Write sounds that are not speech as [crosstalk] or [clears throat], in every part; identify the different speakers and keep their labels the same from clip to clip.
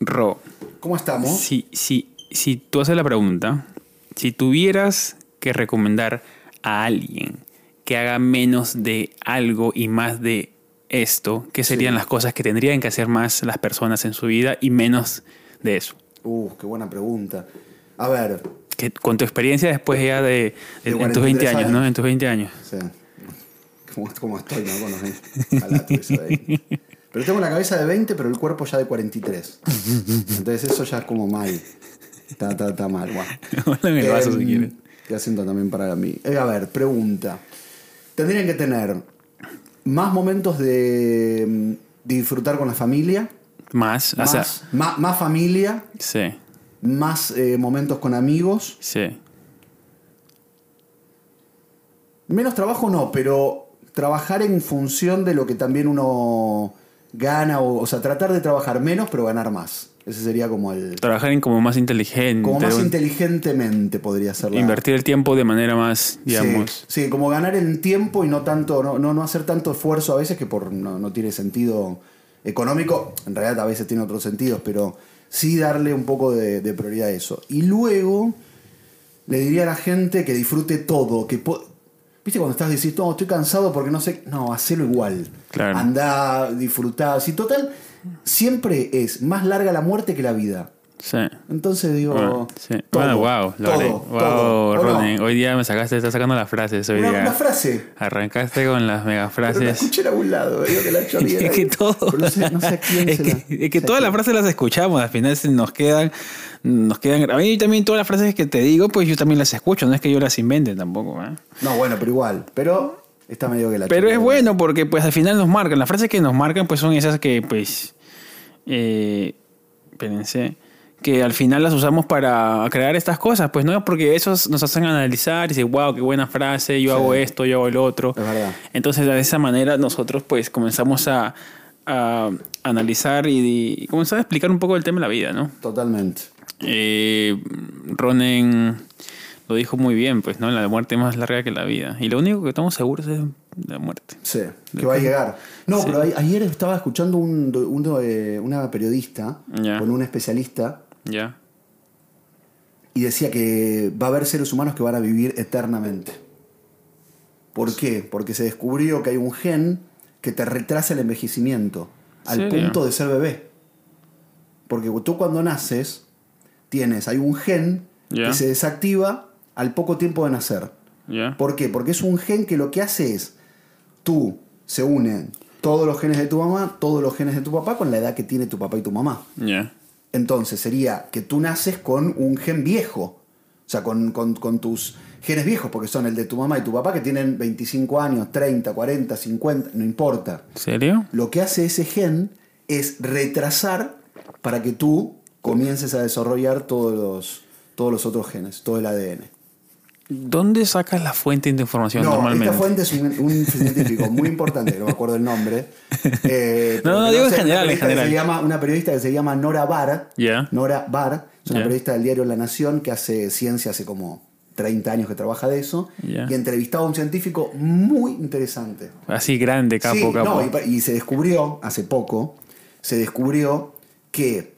Speaker 1: Ro,
Speaker 2: ¿Cómo estamos?
Speaker 1: si, si, si tú haces la pregunta, si tuvieras que recomendar a alguien que haga menos de algo y más de esto, ¿qué serían las cosas que tendrían que hacer más las personas en su vida y menos de eso?
Speaker 2: Uh, qué buena pregunta. A ver,
Speaker 1: Que, con tu experiencia después ya de,
Speaker 2: De
Speaker 1: en- en tus 20
Speaker 2: 43
Speaker 1: años,
Speaker 2: años.
Speaker 1: ¿no? En tus 20 [laughs] años.
Speaker 2: o sea, ¿cómo, cómo estoy? No con los 20. Ojalá tuviese 20. Pero tengo la cabeza de 20, pero el cuerpo ya de 43. Entonces eso ya es como mal. Está, está, está mal, guau.
Speaker 1: Guárdame el vaso si
Speaker 2: Em,
Speaker 1: quieres.
Speaker 2: Te asiento también para mí. Eh, a ver, pregunta. ¿Tendrían que tener más momentos de mm, disfrutar con la familia?
Speaker 1: Más, o
Speaker 2: Más,
Speaker 1: sea,
Speaker 2: ma- más familia,
Speaker 1: sí,
Speaker 2: más eh, momentos con amigos.
Speaker 1: sí.
Speaker 2: Menos trabajo no, pero trabajar en función de lo que también uno gana, o, o sea, tratar de trabajar menos, pero ganar más. Ese sería como el...
Speaker 1: Trabajar en como más inteligente,
Speaker 2: Como más
Speaker 1: un-
Speaker 2: inteligentemente podría ser la,
Speaker 1: invertir el tiempo de manera más, digamos,
Speaker 2: Sí, sí, como ganar en tiempo y no tanto, no, no, no hacer tanto esfuerzo a veces que por no, no tiene sentido económico. En realidad a veces tiene otros sentidos, pero sí darle un poco de, de prioridad a eso. Y luego le diría a la gente que disfrute todo, que po- Viste cuando estás diciendo, no, estoy cansado porque no sé. No, hacelo igual.
Speaker 1: Claro.
Speaker 2: Andá, disfrutá. Si total, siempre es más larga la muerte que la vida.
Speaker 1: sí.
Speaker 2: Entonces digo.
Speaker 1: Bueno, Ah, sí.
Speaker 2: todo,
Speaker 1: Bueno, wow, lo
Speaker 2: todo,
Speaker 1: logré.
Speaker 2: todo.
Speaker 1: Wow,
Speaker 2: ¿O no?
Speaker 1: Ronen, hoy día me sacaste, estás sacando las frases hoy
Speaker 2: Una-
Speaker 1: día.
Speaker 2: una frase.
Speaker 1: Arrancaste con las mega
Speaker 2: Pero la
Speaker 1: frases.
Speaker 2: escuché en algún lado, digo que la
Speaker 1: [laughs]
Speaker 2: chorriera.
Speaker 1: Es que todo.
Speaker 2: Pero No sé, no sé a
Speaker 1: [laughs]
Speaker 2: quién
Speaker 1: Es
Speaker 2: se
Speaker 1: que,
Speaker 2: la-
Speaker 1: es que
Speaker 2: se
Speaker 1: todas
Speaker 2: la-
Speaker 1: las frases las escuchamos, al final se nos quedan, nos quedan. A mí también todas las frases que te digo, pues yo también las escucho, no es que yo las invente tampoco. ¿eh?
Speaker 2: No, bueno, pero igual. Pero está medio que la
Speaker 1: Pero
Speaker 2: chorriera.
Speaker 1: es bueno porque pues al final nos marcan. Las frases que nos marcan pues son esas que pues... eh, espérense. Que al final las usamos para crear estas cosas. Pues no, porque esos nos hacen analizar y decir, wow, qué buena frase, yo
Speaker 2: Sí.
Speaker 1: hago esto, yo hago el otro.
Speaker 2: Es verdad.
Speaker 1: Entonces de esa manera nosotros pues comenzamos a, a analizar y, y comenzar a explicar un poco el tema de la vida, ¿no?
Speaker 2: Totalmente.
Speaker 1: Eh, Ronen lo dijo muy bien, pues, ¿no? La muerte es más larga que la vida. Y lo único que estamos seguros es de la muerte.
Speaker 2: Sí, que va a llegar. No, pero a- ayer estaba escuchando un, un- eh, una periodista
Speaker 1: Ya.
Speaker 2: con un especialista
Speaker 1: Ya.
Speaker 2: y decía que va a haber seres humanos que van a vivir eternamente. ¿Por qué? Porque se descubrió que hay un gen que te retrasa el envejecimiento al
Speaker 1: ¿Serio?
Speaker 2: punto de ser bebé. Porque tú cuando naces tienes, hay un gen
Speaker 1: Ya.
Speaker 2: que se desactiva al poco tiempo de nacer.
Speaker 1: Ya.
Speaker 2: ¿Por qué? Porque es un gen que lo que hace es, tú se unen todos los genes de tu mamá, todos los genes de tu papá con la edad que tiene tu papá y tu mamá.
Speaker 1: Ya.
Speaker 2: Entonces sería que tú naces con un gen viejo. O sea, con, con- con tus genes viejos, porque son el de tu mamá y tu papá que tienen 25 años, 30, 40, 50, no importa.
Speaker 1: ¿Serio?
Speaker 2: Lo que hace ese gen es retrasar para que tú comiences a desarrollar todos los, todos los otros genes, todo el ADN.
Speaker 1: ¿Dónde sacas la fuente de información
Speaker 2: No,
Speaker 1: normalmente?
Speaker 2: esta fuente es un, un científico muy importante, que no me acuerdo el nombre. Eh,
Speaker 1: No, no,
Speaker 2: pero
Speaker 1: digo en
Speaker 2: sé,
Speaker 1: general,
Speaker 2: una
Speaker 1: en
Speaker 2: periodista que
Speaker 1: general.
Speaker 2: se llama- una periodista que se llama Nora Bar.
Speaker 1: Ya.
Speaker 2: Nora Bar, es una
Speaker 1: Ya.
Speaker 2: periodista del diario La Nación que hace ciencia hace como 30 años que trabaja de eso.
Speaker 1: Ya.
Speaker 2: Y entrevistaba a un científico muy interesante.
Speaker 1: Así grande, capo,
Speaker 2: Sí,
Speaker 1: capo.
Speaker 2: no, y pa- y, se descubrió hace poco, se descubrió que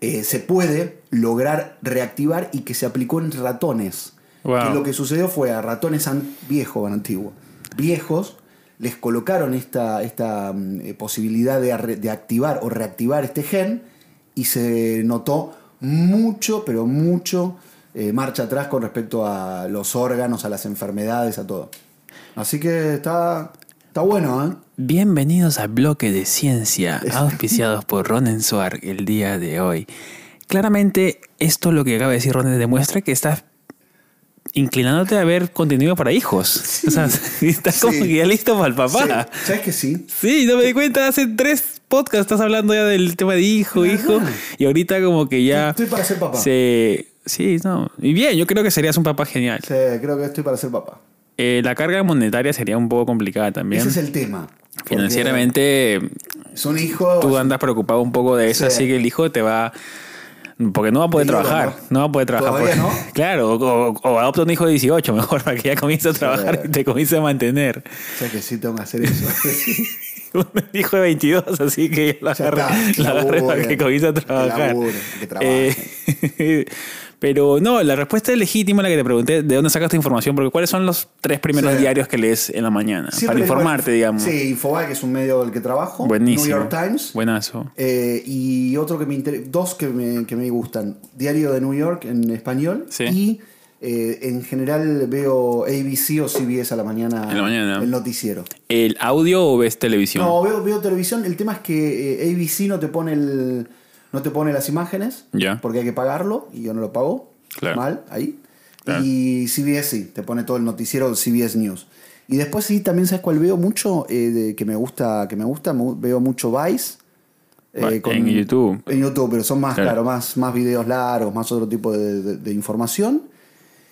Speaker 2: eh, se puede lograr reactivar y que se aplicó en ratones.
Speaker 1: Wow.
Speaker 2: Que lo que sucedió fue a ratones an- viejos, bueno, antiguos, viejos, les colocaron esta, esta mm, eh, posibilidad de, arre- de activar o reactivar este gen y se notó mucho, pero mucho eh, marcha atrás con respecto a los órganos, a las enfermedades, a todo. Así que está, está bueno, ¿eh?
Speaker 1: Bienvenidos al bloque de ciencia,
Speaker 2: Este.
Speaker 1: auspiciados por Ronen Suar el día de hoy. Claramente, esto lo que acaba de decir Ronen demuestra que estás inclinándote a ver contenido para hijos. [laughs] o sea, estás como
Speaker 2: sí.
Speaker 1: que ya listo para el papá.
Speaker 2: Sí, ¿Sabes que sí?
Speaker 1: Sí, no me di cuenta, hace tres podcasts estás hablando ya del tema de hijo, hijo, y ahorita como que ya...
Speaker 2: Estoy para ser papá.
Speaker 1: Se... Sí, no. Y bien, yo creo que serías un papá genial.
Speaker 2: Sí, creo que estoy para ser papá.
Speaker 1: Eh, la carga monetaria sería un poco complicada también.
Speaker 2: Ese es el tema. Porque
Speaker 1: Financieramente,
Speaker 2: Es un hijo.
Speaker 1: tú andas preocupado un poco de eso,
Speaker 2: Sí.
Speaker 1: así que el hijo te va... Porque no va a poder
Speaker 2: Sí, yo
Speaker 1: trabajar,
Speaker 2: no.
Speaker 1: no va a poder trabajar.
Speaker 2: Todavía
Speaker 1: porque- [laughs]
Speaker 2: no.
Speaker 1: Claro, o, o- o adopta un hijo de 18 [laughs] mejor, para que ya comience a trabajar y te comience a mantener. [laughs]
Speaker 2: [laughs] O sea que sí tengo que hacer eso.
Speaker 1: segundo [laughs] hijo de 22, así
Speaker 2: [laughs]
Speaker 1: que yo la
Speaker 2: Ya
Speaker 1: agarré,
Speaker 2: está, que
Speaker 1: la agarré para
Speaker 2: laburen,
Speaker 1: que comience a
Speaker 2: que
Speaker 1: trabajar.
Speaker 2: laburen, que trabajen.
Speaker 1: Eh, [laughs] pero no, la respuesta es legítima la que te pregunté, ¿de dónde sacas esta información? Porque ¿cuáles son los tres primeros
Speaker 2: Sí.
Speaker 1: diarios que lees en la mañana? para informarte, digamos.
Speaker 2: Sí, Infobae, que es un medio del que trabajo.
Speaker 1: Buenísimo.
Speaker 2: New York Times.
Speaker 1: Buenazo.
Speaker 2: Eh, y otro que me inter- dos que me, que me gustan. Diario de New York en español.
Speaker 1: Sí.
Speaker 2: Y eh, en general veo ABC o CBS a la mañana.
Speaker 1: En la mañana.
Speaker 2: El noticiero.
Speaker 1: ¿El audio o ves televisión?
Speaker 2: No, veo, veo televisión. El tema es que eh, ABC no te pone el. No te pone las imágenes.
Speaker 1: Ya.
Speaker 2: Porque hay que pagarlo. Y yo no lo pago.
Speaker 1: Claro.
Speaker 2: Mal, ahí.
Speaker 1: Claro.
Speaker 2: Y CBS sí, te pone todo el noticiero de CBS News. Y después sí, también sabes cuál veo mucho, Eh, de- que me gusta, que me gusta, mu- veo mucho Vice. eh,
Speaker 1: Va- en YouTube.
Speaker 2: En YouTube, pero son más,
Speaker 1: Claro.
Speaker 2: claro, más, más videos largos, más otro tipo de, de- de información.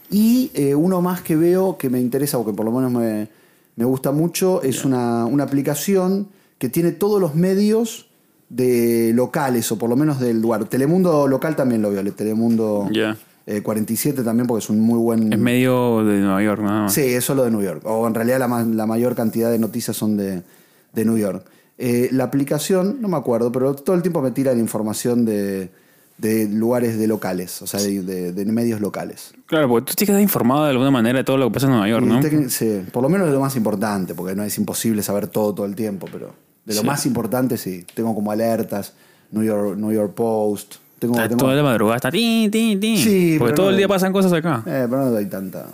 Speaker 2: Y eh, uno más que veo que me interesa, o que por lo menos me, me gusta mucho, es una, una aplicación que tiene todos los medios de locales, o por lo menos del lugar. Telemundo local también lo veo, el Telemundo
Speaker 1: Ya.
Speaker 2: eh, 47 también, porque es un muy buen...
Speaker 1: Es medio de Nueva York, nada más.
Speaker 2: Sí, eso es lo de New York. O en realidad la, ma- la mayor cantidad de noticias son de, de New York. Eh, la aplicación, no me acuerdo, pero todo el tiempo me tira la información de, de lugares de locales, o sea, de, de- de medios locales.
Speaker 1: Claro, porque tú tienes que estar informado de alguna manera de todo lo que pasa en Nueva York, ¿no?
Speaker 2: Tec- sí, por lo menos de lo más importante, porque no es imposible saber todo todo el tiempo, pero de lo
Speaker 1: Sí.
Speaker 2: más importante sí. Tengo como alertas, New York, New York Post. Tengo,
Speaker 1: Está
Speaker 2: tengo-
Speaker 1: Ah, toda la madrugada, está tin, tin, tin.
Speaker 2: Sí,
Speaker 1: porque
Speaker 2: pero
Speaker 1: todo
Speaker 2: no-
Speaker 1: el día pasan cosas acá.
Speaker 2: Eh, pero no doy tanta.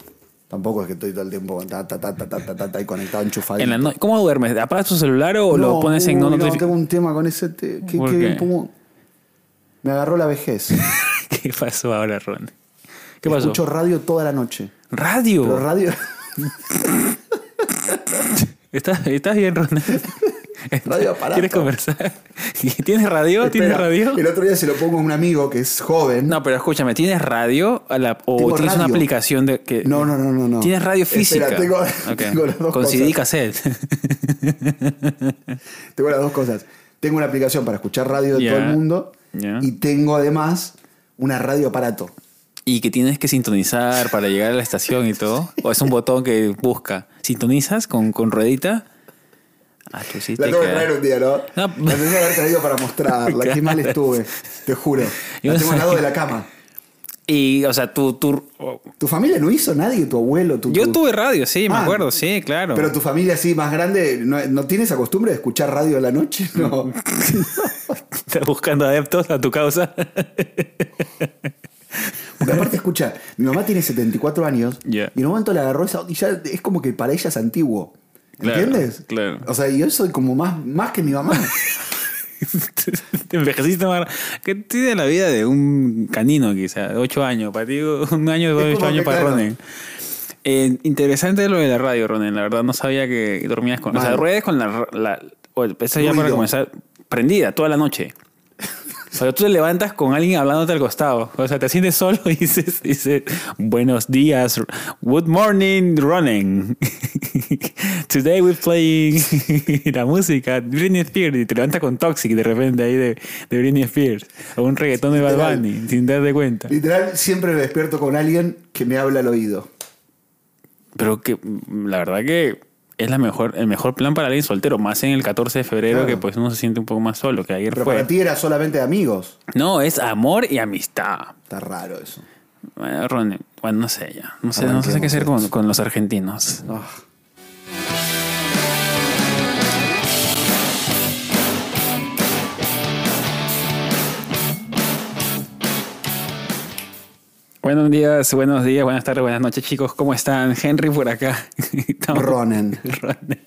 Speaker 2: Tampoco es que estoy todo el tiempo ta, ta, ta, ta, ta, ta, ta, ta, y conectado, enchufado.
Speaker 1: En la no- ¿Cómo duermes? ¿Apagas tu celular o lo pones en
Speaker 2: uy,
Speaker 1: no
Speaker 2: no,
Speaker 1: notificación?
Speaker 2: tengo un tema con ese. te- que-
Speaker 1: ¿Por
Speaker 2: que
Speaker 1: qué?
Speaker 2: pongo- Me agarró la vejez.
Speaker 1: [laughs] ¿Qué pasó ahora, Ron? [laughs] ¿Qué pasó?
Speaker 2: Escucho radio toda la noche.
Speaker 1: Radio.
Speaker 2: Pero radio,
Speaker 1: ¿Estás, estás bien, Ron?
Speaker 2: [laughs]
Speaker 1: [laughs]
Speaker 2: Radio aparato.
Speaker 1: ¿Quieres conversar? [laughs] ¿Tienes radio? ¿Tienes
Speaker 2: [laughs] Espera,
Speaker 1: radio?
Speaker 2: El otro día se lo pongo a un amigo que es joven.
Speaker 1: No, pero escúchame, ¿tienes radio a la- o
Speaker 2: Tengo
Speaker 1: tienes una
Speaker 2: radio.
Speaker 1: aplicación de que
Speaker 2: No, no, no, no, no.
Speaker 1: ¿Tienes radio física?
Speaker 2: Espera, tengo-
Speaker 1: [laughs] Ok.
Speaker 2: [laughs] tengo las dos
Speaker 1: Con CD
Speaker 2: cosas.
Speaker 1: cassette.
Speaker 2: Tengo las dos cosas. Tengo una aplicación para escuchar radio de
Speaker 1: Ya.
Speaker 2: todo el mundo.
Speaker 1: Ya.
Speaker 2: Y tengo además una radio aparato.
Speaker 1: [laughs] y que tienes que sintonizar para llegar a la estación y todo. O es un botón que busca. ¿Sintonizas con, con ruedita? Ah, tú sí te
Speaker 2: La tengo que
Speaker 1: quedas.
Speaker 2: traer un día, ¿no?
Speaker 1: [laughs] No.
Speaker 2: La tenía que haber traído para
Speaker 1: [laughs]
Speaker 2: mostrarla. Qué mal estuve, te juro.
Speaker 1: Yo
Speaker 2: La
Speaker 1: no
Speaker 2: tengo al lado
Speaker 1: sabía.
Speaker 2: de la cama.
Speaker 1: Y, o sea, tú... tú
Speaker 2: ¿Tu familia no hizo nadie? ¿Tu abuelo? Tu,
Speaker 1: yo
Speaker 2: tu-
Speaker 1: tuve radio, sí, me
Speaker 2: Ah,
Speaker 1: acuerdo, sí, claro.
Speaker 2: Pero tu familia así más grande, ¿no, no tiene esa costumbre de escuchar radio a la noche? [laughs] No.
Speaker 1: [laughs] Estás buscando adeptos a tu causa. [laughs]
Speaker 2: Porque aparte, escucha, mi mamá tiene 74 años
Speaker 1: Ya.
Speaker 2: y en un momento le agarró esa. Y ya es como que para ella es antiguo.
Speaker 1: Claro,
Speaker 2: ¿Entiendes?
Speaker 1: claro.
Speaker 2: O sea, yo soy como más, más que mi mamá.
Speaker 1: Te envejeciste más. Que tiene la vida de un canino, quizá. Ocho años. Para ti, un año,
Speaker 2: Es
Speaker 1: ocho
Speaker 2: como
Speaker 1: años
Speaker 2: que,
Speaker 1: para
Speaker 2: claro.
Speaker 1: Ronen. Eh, interesante lo de la radio, Ronen. La verdad, no sabía que dormías con. O sea,
Speaker 2: Mal.
Speaker 1: ruedas con la. la o- eso ya para
Speaker 2: Ruido.
Speaker 1: comenzar. Prendida toda la noche. O sea, tú te levantas con alguien hablándote al costado. O sea, te sientes solo y dices, dices buenos días, good morning, running. [laughs] Today we're playing [laughs] la música Britney Spears y te levantas con Toxic de repente ahí de, de Britney Spears o un reggaetón de Bad
Speaker 2: Literal.
Speaker 1: Bunny sin darte cuenta.
Speaker 2: Literal, siempre me despierto con alguien que me habla al oído.
Speaker 1: Pero que la verdad que es la mejor, el mejor plan para alguien soltero, más en el 14 de febrero
Speaker 2: Claro.
Speaker 1: que pues uno se siente un poco más solo que ayer
Speaker 2: Pero
Speaker 1: fue.
Speaker 2: para ti era solamente de amigos.
Speaker 1: No, es amor y amistad.
Speaker 2: Está raro eso.
Speaker 1: Bueno, Ronnie, bueno, no sé ya. No sé, no sé qué
Speaker 2: Arranquemos
Speaker 1: hacer
Speaker 2: esto.
Speaker 1: con, con los argentinos.
Speaker 2: Ah.
Speaker 1: Buenos días, buenos días, buenas tardes, buenas noches, chicos. ¿Cómo están? Henry por acá. [laughs] Estamos-
Speaker 2: Ronen.
Speaker 1: Ronnie.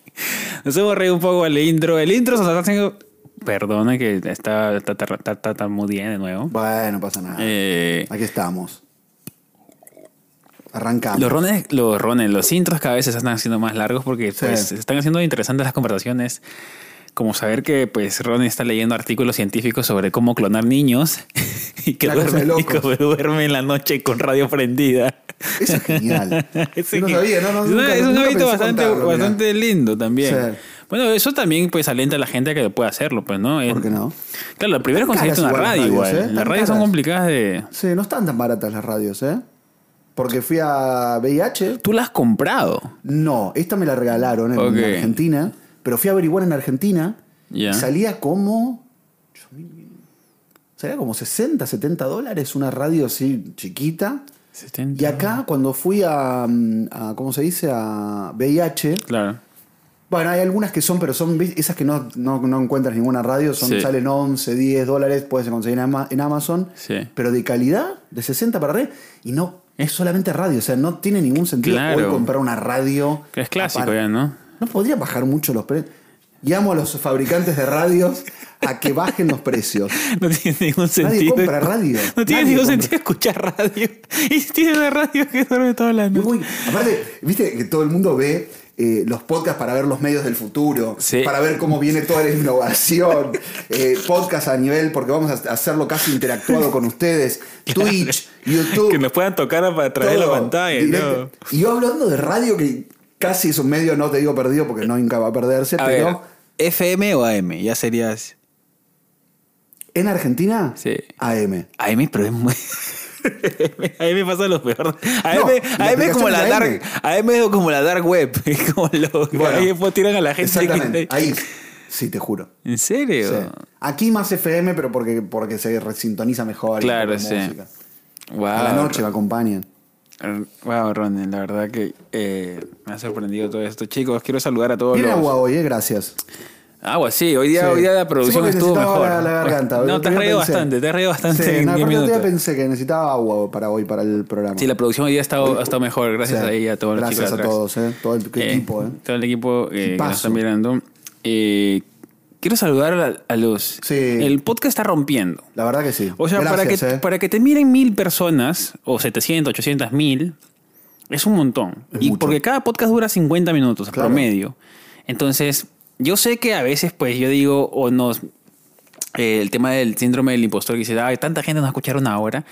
Speaker 1: Nos hemos reído un poco el intro. El intro se nos está haciendo. Perdona que está, está, está, está- está- está muy bien de nuevo.
Speaker 2: Bueno, no pasa nada.
Speaker 1: Eh,
Speaker 2: Aquí estamos. Arrancamos.
Speaker 1: los rones, los rones, los intros cada vez se están haciendo más largos porque
Speaker 2: Sí.
Speaker 1: pues, se están haciendo interesantes las conversaciones. Como saber que pues Ron está leyendo artículos científicos sobre cómo clonar niños [laughs] y que
Speaker 2: Una cosa
Speaker 1: duerme,
Speaker 2: de
Speaker 1: y
Speaker 2: locos.
Speaker 1: que duerme en la noche con radio
Speaker 2: [laughs]
Speaker 1: prendida.
Speaker 2: Eso
Speaker 1: [laughs]
Speaker 2: es genial.
Speaker 1: Sí.
Speaker 2: Yo no sabía, no, no,
Speaker 1: Es
Speaker 2: nunca-
Speaker 1: una- es un
Speaker 2: nunca
Speaker 1: hábito
Speaker 2: pensé
Speaker 1: bastante,
Speaker 2: contarlo, mirá.
Speaker 1: bastante lindo también.
Speaker 2: Sí.
Speaker 1: Bueno, eso también pues alienta a la gente a que pueda hacerlo, pues, ¿no? Es-
Speaker 2: ¿Por qué no?
Speaker 1: Claro, lo primero es
Speaker 2: Están
Speaker 1: conseguirte una
Speaker 2: caras
Speaker 1: radio
Speaker 2: igual las
Speaker 1: igual.
Speaker 2: radios, ¿eh?
Speaker 1: Las
Speaker 2: Están
Speaker 1: radios son
Speaker 2: caras.
Speaker 1: complicadas de...
Speaker 2: Sí, no están tan baratas las radios, ¿eh? Porque fui a VIH.
Speaker 1: Tú las has comprado.
Speaker 2: No, esta me la regalaron en
Speaker 1: Ok.
Speaker 2: Argentina. Pero fui a averiguar en Argentina
Speaker 1: Ya.
Speaker 2: y salía como. Salía como 60, 70 dólares una radio así chiquita.
Speaker 1: 70.
Speaker 2: Y
Speaker 1: Ah.
Speaker 2: acá, cuando fui a, mm, a, ¿Cómo se dice? A VIH.
Speaker 1: Claro.
Speaker 2: Bueno, hay algunas que son, pero son ¿viste? esas que no, no, no encuentras en ninguna radio. Son,
Speaker 1: Sí.
Speaker 2: Salen 11, 10 dólares, puedes conseguir en, Ama- en Amazon.
Speaker 1: Sí.
Speaker 2: Pero de calidad, de 60 para red, y no es solamente radio. O sea, no tiene ningún sentido
Speaker 1: Claro.
Speaker 2: hoy comprar una radio.
Speaker 1: Que es clásico
Speaker 2: aparte.
Speaker 1: ya, ¿no?
Speaker 2: No podría bajar mucho los precios. Llamo a los fabricantes de radios a que bajen los
Speaker 1: [laughs]
Speaker 2: precios.
Speaker 1: No tiene ningún sentido.
Speaker 2: compra radio.
Speaker 1: No tiene
Speaker 2: Nadie
Speaker 1: ningún
Speaker 2: compra.
Speaker 1: sentido escuchar radio. [laughs] Y tiene una radio que duerme toda la
Speaker 2: Yo
Speaker 1: noche.
Speaker 2: voy- aparte, viste que todo el mundo ve eh, los podcasts para ver los medios del futuro,
Speaker 1: Sí.
Speaker 2: para ver cómo viene toda la
Speaker 1: [laughs]
Speaker 2: innovación, eh, podcast a nivel, porque vamos a hacerlo casi interactuado con ustedes, Twitch,
Speaker 1: [laughs]
Speaker 2: YouTube.
Speaker 1: Que nos puedan tocar a a través de la
Speaker 2: todo,
Speaker 1: pantalla.
Speaker 2: directo.
Speaker 1: ¿no?
Speaker 2: Y yo hablando de radio, que casi es un medio, no te digo perdido, porque no nunca va a perderse,
Speaker 3: A ver,
Speaker 2: pero
Speaker 3: ¿FM o AM? Ya serías.
Speaker 2: en Argentina,
Speaker 1: Sí.
Speaker 2: AM.
Speaker 3: AM, pero es muy.
Speaker 1: [laughs] A mí me pasa lo peor. A
Speaker 2: No,
Speaker 1: mí,
Speaker 2: la
Speaker 3: AM es como
Speaker 2: aplicación
Speaker 3: la
Speaker 2: de
Speaker 3: dark. AM es como la dark web.
Speaker 1: [laughs]
Speaker 3: Es como lo que
Speaker 2: Bueno,
Speaker 3: ahí después
Speaker 1: tiran a la gente. que-
Speaker 2: Exactamente, ahí. Sí, te juro.
Speaker 1: ¿En serio?
Speaker 2: Sí. Aquí más FM, pero porque, porque se resintoniza mejor. y
Speaker 1: Claro,
Speaker 2: con
Speaker 1: sí. Ah,
Speaker 2: música.
Speaker 1: Wow.
Speaker 2: A la noche me acompañan.
Speaker 1: R- Wow, Ronen, la verdad que eh, me ha sorprendido todo esto. Chicos, quiero saludar a todos
Speaker 2: Tiene
Speaker 1: los...
Speaker 2: agua hoy, eh, gracias.
Speaker 1: Agua, sí. Hoy día,
Speaker 2: Sí.
Speaker 1: hoy día la producción
Speaker 2: Sí, porque
Speaker 1: estuvo
Speaker 2: necesitaba
Speaker 1: mejor.
Speaker 2: La, la garganta.
Speaker 1: No,
Speaker 2: Otro
Speaker 1: te has
Speaker 2: día
Speaker 1: reído
Speaker 2: pensé.
Speaker 1: bastante, te has reído bastante
Speaker 2: Sí,
Speaker 1: en 10
Speaker 2: no, pero otro día
Speaker 1: minutos.
Speaker 2: pensé que necesitaba agua para hoy, para el programa.
Speaker 1: Sí, la producción hoy día ha estado, ha estado mejor, gracias
Speaker 2: Sí.
Speaker 1: a ella, a todos los
Speaker 2: Gracias
Speaker 1: chicos.
Speaker 2: a
Speaker 1: atrás.
Speaker 2: todos, eh, todo el
Speaker 1: Eh,
Speaker 2: equipo. Eh.
Speaker 1: Todo el equipo eh, que nos
Speaker 2: Equipazo.
Speaker 1: están mirando. Eh, quiero saludar a, a los...
Speaker 2: Sí.
Speaker 1: El podcast está rompiendo.
Speaker 2: La verdad que sí.
Speaker 1: O sea,
Speaker 2: Gracias,
Speaker 1: para, que,
Speaker 2: eh.
Speaker 1: para que te miren mil personas, o 700, 800 mil, es un montón.
Speaker 2: Es
Speaker 1: y
Speaker 2: mucho.
Speaker 1: porque cada podcast dura 50 minutos,
Speaker 2: Claro.
Speaker 1: promedio. Entonces, yo sé que a veces, pues, yo digo, o nos... eh, el tema del síndrome del impostor que dice, ay, tanta gente nos escucharon ahora,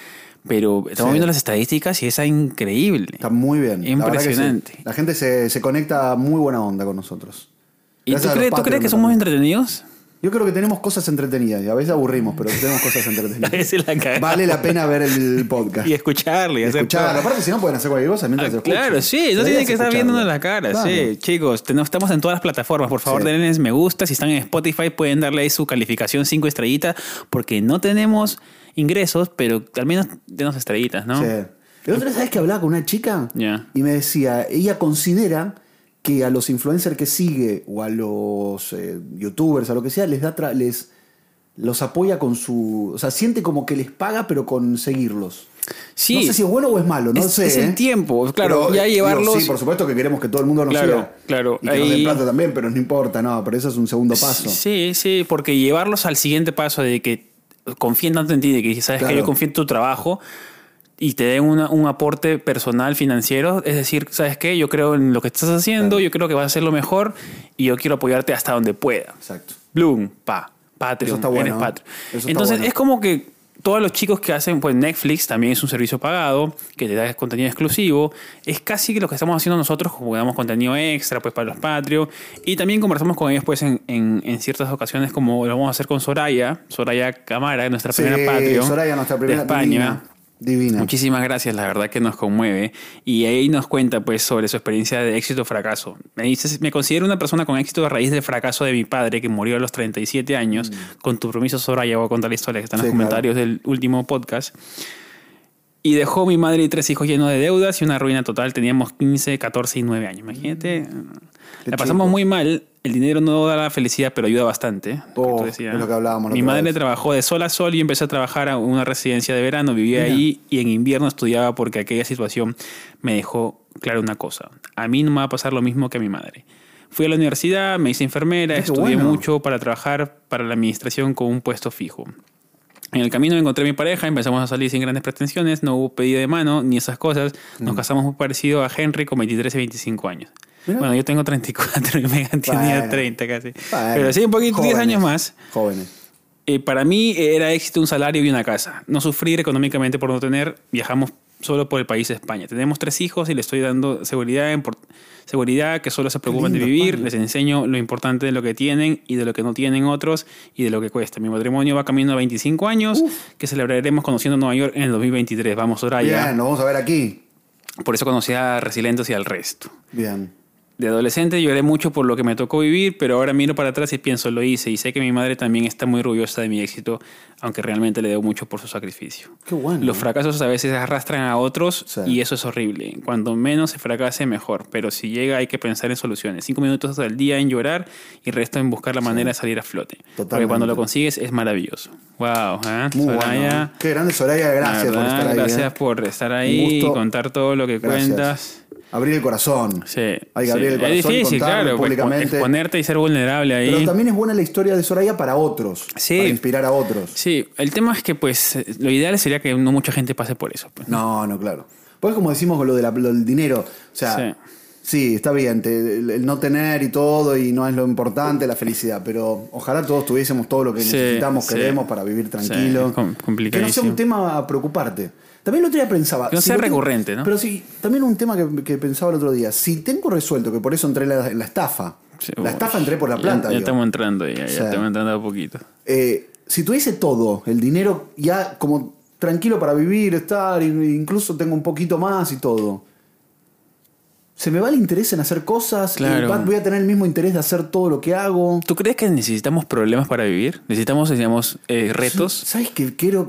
Speaker 1: pero estamos
Speaker 2: Sí.
Speaker 1: viendo las estadísticas y es increíble.
Speaker 2: Está muy bien. la verdad que sí.
Speaker 1: Impresionante.
Speaker 2: La, gente se, se conecta muy buena onda con nosotros.
Speaker 1: ¿Y tú,
Speaker 2: Gracias a los
Speaker 1: crees- tú crees
Speaker 2: Patreon
Speaker 1: que somos
Speaker 2: también.
Speaker 1: entretenidos? [laughs]
Speaker 2: Yo creo que tenemos cosas entretenidas y a veces aburrimos, pero tenemos cosas entretenidas.
Speaker 1: A [laughs] veces la cagamos.
Speaker 2: Vale la pena ver el podcast.
Speaker 1: Y escucharlo y, hacer
Speaker 2: escuchar.
Speaker 1: todo.
Speaker 2: Aparte, si no pueden hacer cualquier cosa mientras
Speaker 1: Ah,
Speaker 2: lo escuchan.
Speaker 1: claro, sí, no
Speaker 2: Deberías
Speaker 1: tienen que estar
Speaker 2: escucharlo.
Speaker 1: viéndonos la cara,
Speaker 2: Claro.
Speaker 1: sí. Chicos, tenemos- estamos en todas las plataformas, por favor,
Speaker 2: Sí.
Speaker 1: denles me gusta, si están en Spotify pueden darle ahí su calificación 5 estrellitas, porque no tenemos ingresos, pero al menos denos estrellitas, ¿no?
Speaker 2: Sí. El otro día, ¿sabes que hablaba con una chica?
Speaker 1: Ya.
Speaker 2: Y me decía, ella considera que a los influencers que sigue o a los eh, youtubers, a lo que sea, les da tra- les los apoya con su... O sea, siente como que les paga, pero con seguirlos.
Speaker 1: Sí.
Speaker 2: No sé si es bueno o es malo, no
Speaker 1: Es-
Speaker 2: sé.
Speaker 1: es el
Speaker 2: ¿eh?
Speaker 1: tiempo, pues, claro,
Speaker 2: Pero,
Speaker 1: ya
Speaker 2: eh, digo,
Speaker 1: llevarlos-
Speaker 2: sí, por supuesto que queremos que todo el mundo nos
Speaker 1: Claro,
Speaker 2: siga.
Speaker 1: claro,
Speaker 2: Y que nos
Speaker 1: ahí-
Speaker 2: den plata también, pero no importa, no, pero eso es un segundo paso.
Speaker 1: Sí, sí, porque llevarlos al siguiente paso de que confíen tanto en ti, de que sabes que
Speaker 2: Claro.
Speaker 1: yo confío en tu trabajo y te den una- un aporte personal financiero, es decir, ¿sabes qué? Yo creo en lo que estás haciendo, yo creo que vas a hacer lo mejor y yo quiero apoyarte hasta donde pueda.
Speaker 2: Exacto.
Speaker 1: Bloom, pa, Patreon,
Speaker 2: Eso está bueno,
Speaker 1: eres Patreon.
Speaker 2: ¿eh? Eso está
Speaker 1: Entonces
Speaker 2: bueno.
Speaker 1: es como que todos los chicos que hacen, pues Netflix también es un servicio pagado que te da contenido exclusivo. Es casi que lo que estamos haciendo nosotros, como damos contenido extra pues para los Patreon. Y también conversamos con ellos pues en, en- en ciertas ocasiones, como lo vamos a hacer con Soraya, Soraya Camara, nuestra
Speaker 2: Sí,
Speaker 1: primera Patreon.
Speaker 2: Soraya, nuestra primera
Speaker 1: de España.
Speaker 2: divina. Divina.
Speaker 1: Muchísimas gracias, la verdad que nos conmueve. Y ahí nos cuenta pues sobre su experiencia de éxito o fracaso. Me dice, me considero una persona con éxito a raíz del fracaso de mi padre que murió a los 37 años. Con tu permiso, Soraya, voy a contar la historia que está en los
Speaker 2: Mm. Sí,
Speaker 1: comentarios del último podcast. Y dejó mi madre y tres hijos llenos de deudas y una ruina total. Teníamos 15, 14 y 9 años. Imagínate.
Speaker 2: Mm. Qué
Speaker 1: la pasamos
Speaker 2: chico.
Speaker 1: muy mal. El dinero no da la felicidad, pero ayuda bastante. Lo que
Speaker 2: Oh,
Speaker 1: tú decías.
Speaker 2: es lo que hablábamos la
Speaker 1: Mi
Speaker 2: otra
Speaker 1: madre
Speaker 2: vez.
Speaker 1: trabajó de sol a sol y empecé a trabajar a una residencia de verano. Vivía
Speaker 2: Mira.
Speaker 1: ahí y en invierno estudiaba porque aquella situación me dejó clara una cosa. A mí no me va a pasar lo mismo que a mi madre. Fui a la universidad, me hice enfermera,
Speaker 2: Qué
Speaker 1: estudié
Speaker 2: bueno.
Speaker 1: mucho para trabajar para la administración con un puesto fijo. En el camino encontré a mi pareja, empezamos a salir sin grandes pretensiones, no hubo pedida de mano ni esas cosas.
Speaker 2: Mm.
Speaker 1: Nos casamos muy parecido a Henry con 23 y 25 años.
Speaker 2: Mira.
Speaker 1: Bueno, yo tengo 34 y Megan tenía
Speaker 2: Bueno.
Speaker 1: 30 casi.
Speaker 2: Bueno,
Speaker 1: Pero sí, un poquito, 10
Speaker 2: jóvenes,
Speaker 1: años más.
Speaker 2: Jóvenes.
Speaker 1: Eh, para mí era éxito un salario y una casa. No sufrir económicamente por no tener, viajamos solo por el país de España. Tenemos tres hijos y le estoy dando seguridad, en por- seguridad que solo se preocupan de
Speaker 2: lindo,
Speaker 1: vivir.
Speaker 2: España.
Speaker 1: Les enseño lo importante de lo que tienen y de lo que no tienen otros y de lo que cuesta. Mi matrimonio va camino a 25 años que celebraremos conociendo Nueva York en el 2023. Vamos, Soraya.
Speaker 2: Bien, nos vamos a ver aquí.
Speaker 1: Por eso conocí a Resilientes y al resto.
Speaker 2: Bien.
Speaker 1: de adolescente lloré mucho por lo que me tocó vivir, pero ahora miro para atrás y pienso, lo hice. Y sé que mi madre también está muy orgullosa de mi éxito, aunque realmente le debo mucho por su sacrificio.
Speaker 2: Qué bueno.
Speaker 1: Los fracasos a veces arrastran a otros
Speaker 2: Sí.
Speaker 1: y eso es horrible. Cuanto menos se fracase, mejor. Pero si llega, hay que pensar en soluciones. Cinco minutos al día en llorar y el resto en buscar la manera de salir a flote. Porque
Speaker 2: Totalmente.
Speaker 1: cuando lo consigues es maravilloso. Wow, ¿eh?
Speaker 2: Muy
Speaker 1: Soraya,
Speaker 2: bueno. Qué grande Soraya, gracias
Speaker 1: la
Speaker 2: por
Speaker 1: verdad,
Speaker 2: estar ahí.
Speaker 1: Gracias
Speaker 2: ¿eh?
Speaker 1: por estar ahí y
Speaker 2: gusto.
Speaker 1: contar todo lo que
Speaker 2: Gracias.
Speaker 1: cuentas.
Speaker 2: Abrir el corazón.
Speaker 1: Sí,
Speaker 2: Hay que
Speaker 1: sí.
Speaker 2: abrir el corazón
Speaker 1: Es difícil,
Speaker 2: y contarlo
Speaker 1: claro, pues,
Speaker 2: públicamente.
Speaker 1: exponerte y ser vulnerable ahí.
Speaker 2: Pero también es buena la historia de Soraya para otros.
Speaker 1: Sí.
Speaker 2: Para inspirar a otros.
Speaker 1: Sí, el tema es que pues eh, lo ideal sería que no mucha gente pase por eso. pues.
Speaker 2: No, no, claro. Pues como decimos con lo, de la- lo del dinero. O sea,
Speaker 1: Sí.
Speaker 2: sí, está bien. te- el, el no tener y todo y no es lo importante, la felicidad. Pero ojalá todos tuviésemos todo lo que
Speaker 1: Sí,
Speaker 2: necesitamos,
Speaker 1: sí.
Speaker 2: queremos para vivir tranquilo.
Speaker 1: es com-
Speaker 2: que no sea
Speaker 1: complicadísimo.
Speaker 2: un tema a preocuparte. También el otro día pensaba.
Speaker 1: Que no sea
Speaker 2: lo tengo-
Speaker 1: recurrente, ¿no?
Speaker 2: Pero sí, también un tema que, que pensaba el otro día. Si tengo resuelto, que por eso entré en la, en la estafa.
Speaker 1: Sí,
Speaker 2: la
Speaker 1: uy,
Speaker 2: estafa entré por la
Speaker 1: ya-
Speaker 2: planta.
Speaker 1: Ya,
Speaker 2: digo.
Speaker 1: estamos entrando, ya, ya
Speaker 2: Sí.
Speaker 1: estamos entrando a poquito.
Speaker 2: Eh, si tuviese todo, el dinero ya como tranquilo para vivir, estar, in- incluso tengo un poquito más y todo. Se me va el interés en hacer cosas, y
Speaker 1: Claro.
Speaker 2: va- voy a tener el mismo interés de hacer todo lo que hago.
Speaker 1: ¿Tú crees que necesitamos problemas para vivir? ¿Necesitamos, digamos, eh, retos?
Speaker 2: ¿Sabes que quiero?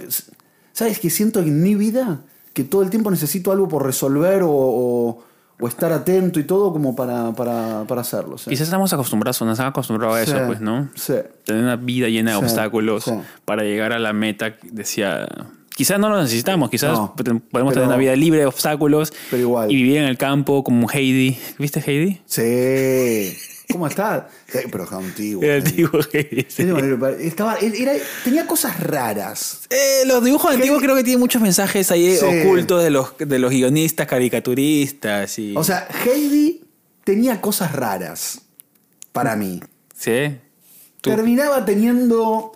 Speaker 2: ¿Sabes que siento en mi vida que todo el tiempo necesito algo por resolver o, o- o estar atento y todo como para, para, para hacerlo? sí.
Speaker 1: Quizás estamos acostumbrados o nos han acostumbrado a eso,
Speaker 2: Sí,
Speaker 1: pues, ¿no?
Speaker 2: sí.
Speaker 1: Tener una vida llena de
Speaker 2: Sí,
Speaker 1: obstáculos
Speaker 2: sí.
Speaker 1: para llegar a la meta deseada. Quizás no lo necesitamos, quizás
Speaker 2: No,
Speaker 1: podemos tener
Speaker 2: pero-
Speaker 1: una vida libre de obstáculos
Speaker 2: Pero igual.
Speaker 1: y vivir en el campo como Heidi. ¿Viste Heidi?
Speaker 2: Sí. ¿Cómo estás? Eh, Pero es antiguo.
Speaker 1: Era el tipo Heidi. sí.
Speaker 2: Sí, de manera- estaba- e-, era- tenía cosas raras.
Speaker 4: Eh, los dibujos antiguos creo que tienen muchos mensajes ahí
Speaker 2: Sí.
Speaker 4: ocultos de los, de los guionistas, caricaturistas y...
Speaker 2: O sea, Heidi tenía cosas raras para mí.
Speaker 1: Sí. Tú.
Speaker 2: Terminaba teniendo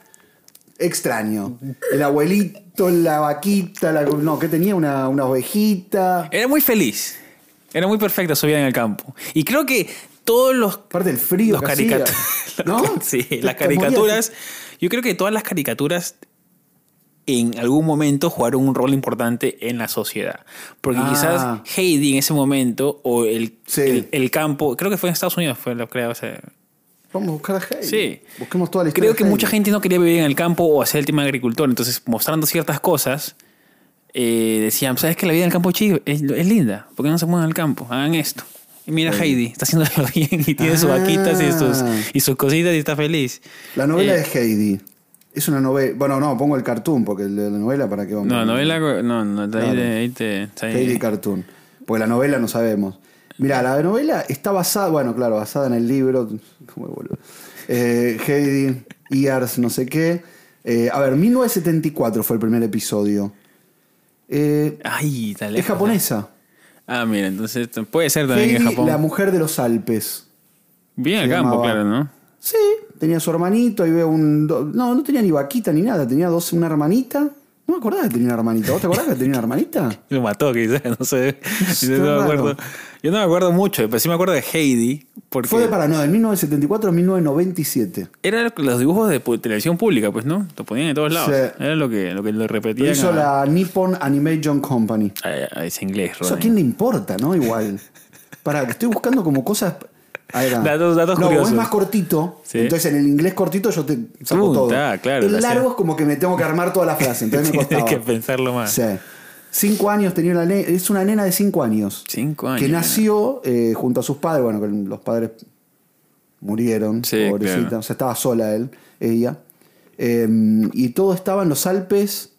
Speaker 2: extraño. El abuelito, la vaquita, la- no, que tenía una, una ovejita.
Speaker 4: Era muy feliz.
Speaker 1: Era muy perfecta su vida en el campo. Y creo que todos los
Speaker 2: Aparte el frío.
Speaker 1: los
Speaker 2: que hacía,
Speaker 4: [laughs]
Speaker 1: caricat- [laughs]
Speaker 2: ¿No?
Speaker 4: Sí,
Speaker 2: Te-
Speaker 4: las
Speaker 2: te morías.
Speaker 4: caricaturas. Yo creo que todas las caricaturas en algún momento jugaron un rol importante en la sociedad. Porque
Speaker 2: Ah.
Speaker 4: quizás Heidi en ese momento o el,
Speaker 2: Sí.
Speaker 4: el, el campo, creo que fue en Estados Unidos, fue lo creado. o sea,
Speaker 2: Vamos a buscar a Heidi.
Speaker 1: Sí.
Speaker 2: Busquemos toda la historia.
Speaker 1: creo que
Speaker 2: de Heidi.
Speaker 1: mucha gente no quería vivir en el campo o hacer el tema de agricultor. Entonces, mostrando ciertas cosas, eh, decían, ¿sabes que la vida en el campo es chido? Es, es linda. ¿Por qué no se mueven al campo? Hagan esto. Y mira a Heidi, está haciéndolo bien y tiene sus
Speaker 2: Ah.
Speaker 1: vaquitas y sus, y sus cositas y está feliz.
Speaker 2: La novela
Speaker 1: Eh,
Speaker 2: de Heidi. Es una novela. Bueno, no, pongo el cartoon, porque el de la novela para qué vamos.
Speaker 1: No, novela... No, no, ahí,
Speaker 2: Claro.
Speaker 1: te- ahí te... ahí-
Speaker 2: Heidi Cartoon. Porque la novela no sabemos. Mirá, la novela está basada, bueno, claro, basada en el libro. ¿Cómo me vuelvo? Eh, Heidi, Ears, no sé qué. Eh, a ver, 1974 fue el primer episodio. Eh,
Speaker 1: Ay, está
Speaker 2: es
Speaker 1: lejos,
Speaker 2: japonesa.
Speaker 1: Ah, mira, entonces puede ser también que en
Speaker 2: Heidi,
Speaker 1: Japón.
Speaker 2: la mujer de los Alpes.
Speaker 1: Bien
Speaker 2: se
Speaker 1: el campo,
Speaker 2: llamaba.
Speaker 1: claro, ¿no?
Speaker 2: Sí, tenía su hermanito, ahí veo un... do- No, no tenía ni vaquita ni nada, tenía dos, una hermanita. No me acordaba que tenía una hermanita. ¿Vos te acordás que tenía
Speaker 1: [laughs]
Speaker 2: una hermanita?
Speaker 1: Lo mató, quizás, no
Speaker 2: [laughs]
Speaker 1: sé. Yo
Speaker 2: Qué
Speaker 1: no, me acuerdo.
Speaker 2: raro.
Speaker 1: Yo no me acuerdo mucho, pero sí me acuerdo de Heidi, porque
Speaker 2: Fue de Paraná, del 1974 a 1997.
Speaker 1: eran los dibujos de pu- televisión pública, pues, ¿no? Lo ponían en todos lados.
Speaker 2: Sí.
Speaker 1: Era lo que lo, que lo repetían.
Speaker 2: Lo hizo
Speaker 1: a-
Speaker 2: la Nippon Animation Company.
Speaker 1: a- a ese inglés,
Speaker 2: Eso a
Speaker 1: Rodney.
Speaker 2: quién le importa,
Speaker 1: [laughs]
Speaker 2: ¿no? Igual. Para que estoy buscando como cosas. Ahí va.
Speaker 1: Datos- datos
Speaker 2: no,
Speaker 1: curiosos.
Speaker 2: es más cortito.
Speaker 1: Sí.
Speaker 2: Entonces en el inglés cortito yo te saco
Speaker 1: Uh,
Speaker 2: todo.
Speaker 1: ta, claro, la
Speaker 2: el largo
Speaker 1: sé.
Speaker 2: es como que me tengo que armar toda la
Speaker 1: [laughs]
Speaker 2: frase. Entonces me
Speaker 1: Tienes
Speaker 2: costaba.
Speaker 1: que pensarlo más.
Speaker 2: Sí. Cinco años tenía una nena. Es una nena de cinco años.
Speaker 1: Cinco años.
Speaker 2: Que nació eh, junto a sus padres. Bueno, que los padres murieron.
Speaker 1: Sí,
Speaker 2: pobrecita.
Speaker 1: claro.
Speaker 2: O sea, estaba sola él, ella. Eh, y todo estaba en los Alpes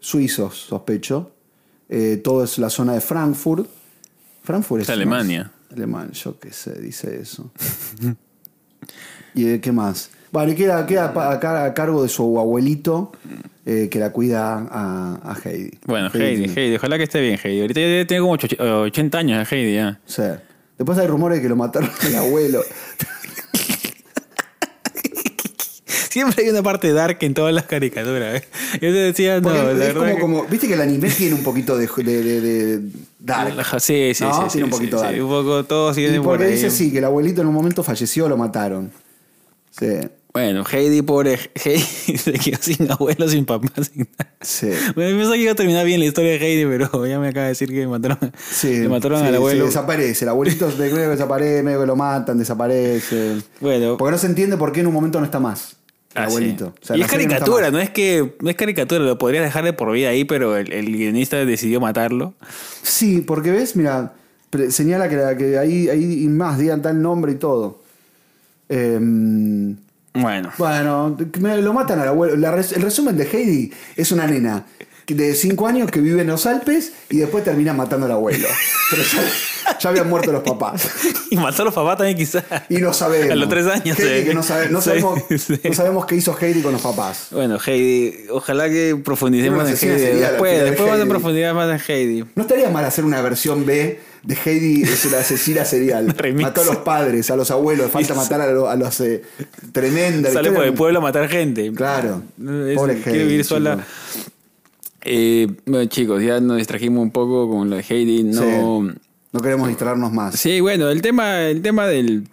Speaker 2: suizos, sospecho. Eh, todo es la zona de Frankfurt. Frankfurt es.
Speaker 1: Es Alemania.
Speaker 2: más alemán, yo qué sé, dice eso. ¿Y eh, qué más? Vale, queda, queda pa- a, car- a cargo de su abuelito eh, que la cuida a, a Heidi.
Speaker 1: Bueno, Heidi,
Speaker 2: tiene-
Speaker 1: Heidi, ojalá que esté bien, Heidi. Ahorita ya tiene como ocho- 80 años, ya, Heidi, ya.
Speaker 2: O sea, después hay rumores de que lo mataron
Speaker 1: [laughs]
Speaker 2: el abuelo.
Speaker 4: [laughs] Siempre hay una parte dark en todas las caricaturas. ¿eh? Yo te decía, no,
Speaker 2: Porque
Speaker 4: la
Speaker 2: es
Speaker 4: verdad
Speaker 2: como,
Speaker 4: que-
Speaker 2: como- viste que el anime tiene un poquito de, de, de- de dark.
Speaker 1: Ajá, Sí, sí,
Speaker 2: No,
Speaker 1: sí.
Speaker 2: tiene
Speaker 1: sí,
Speaker 2: un poquito
Speaker 1: sí,
Speaker 2: dark.
Speaker 1: sí, Un poco todos
Speaker 2: Y
Speaker 1: tienen por
Speaker 2: porque
Speaker 1: ahí.
Speaker 2: dice sí, que el abuelito en un momento falleció, lo mataron. Sí.
Speaker 1: Bueno, Heidi, pobre [laughs] Heidi, se quedó sin abuelo, sin papá, sin nada.
Speaker 2: Sí.
Speaker 1: Bueno, pensé que iba a terminar bien la historia de Heidi, pero [laughs] ya me acaba de decir que mataron, [laughs]
Speaker 2: Sí,
Speaker 1: le mataron
Speaker 2: sí,
Speaker 1: al abuelo.
Speaker 2: sí, desaparece, el abuelito de- medio que desaparece, medio que lo matan, desaparece.
Speaker 1: bueno,
Speaker 2: Porque no se entiende por qué en un momento no está más. El
Speaker 1: Ah, sí.
Speaker 2: abuelito. O sea,
Speaker 1: y
Speaker 2: la
Speaker 1: es
Speaker 2: serie no está
Speaker 1: caricatura,
Speaker 2: más.
Speaker 1: no, es que no es caricatura, lo podrías dejar de por vida ahí, pero el, el guionista decidió matarlo.
Speaker 2: Sí, porque ves, mira, pre- señala que, la- que ahí, ahí y más digan tal nombre y todo. Em,
Speaker 1: Bueno,
Speaker 2: bueno, me- lo matan al abuelo. La res- el resumen de Heidi es una nena que- de 5 años que vive en los Alpes y después termina matando al abuelo. Pero ya, ya habían muerto los papás.
Speaker 1: [laughs] y mató a los papás también quizás.
Speaker 2: Y no sabemos.
Speaker 1: A los tres años,
Speaker 2: Heidi
Speaker 1: sí.
Speaker 2: que no, sabe- no
Speaker 1: Sí,
Speaker 2: sabemos,
Speaker 1: sí.
Speaker 2: no sabemos qué hizo Heidi con los papás.
Speaker 1: Bueno, Heidi, ojalá que
Speaker 2: Una
Speaker 1: profundicemos en
Speaker 2: asesina
Speaker 1: Heidi.
Speaker 2: serial, al
Speaker 1: Después,
Speaker 2: final,
Speaker 1: después vamos a
Speaker 2: Heidi.
Speaker 1: profundizar más en Heidi.
Speaker 2: No estaría mal hacer una versión B de Heidi es una
Speaker 1: [laughs]
Speaker 2: asesina serial.
Speaker 1: Remix.
Speaker 2: Mató a los padres, a los abuelos, falta matar a, lo- a los... eh, tremenda.
Speaker 1: Sale
Speaker 2: historia.
Speaker 1: por el pueblo a matar gente.
Speaker 2: Claro.
Speaker 1: Es-
Speaker 2: Pobre
Speaker 1: quiere
Speaker 2: Heidi,
Speaker 1: vivir sola.
Speaker 2: chico.
Speaker 1: Eh, bueno, chicos, ya nos distrajimos un poco con lo de Heidi. No.
Speaker 2: Sí. No queremos distraernos más.
Speaker 1: Sí, bueno, el tema, el tema del,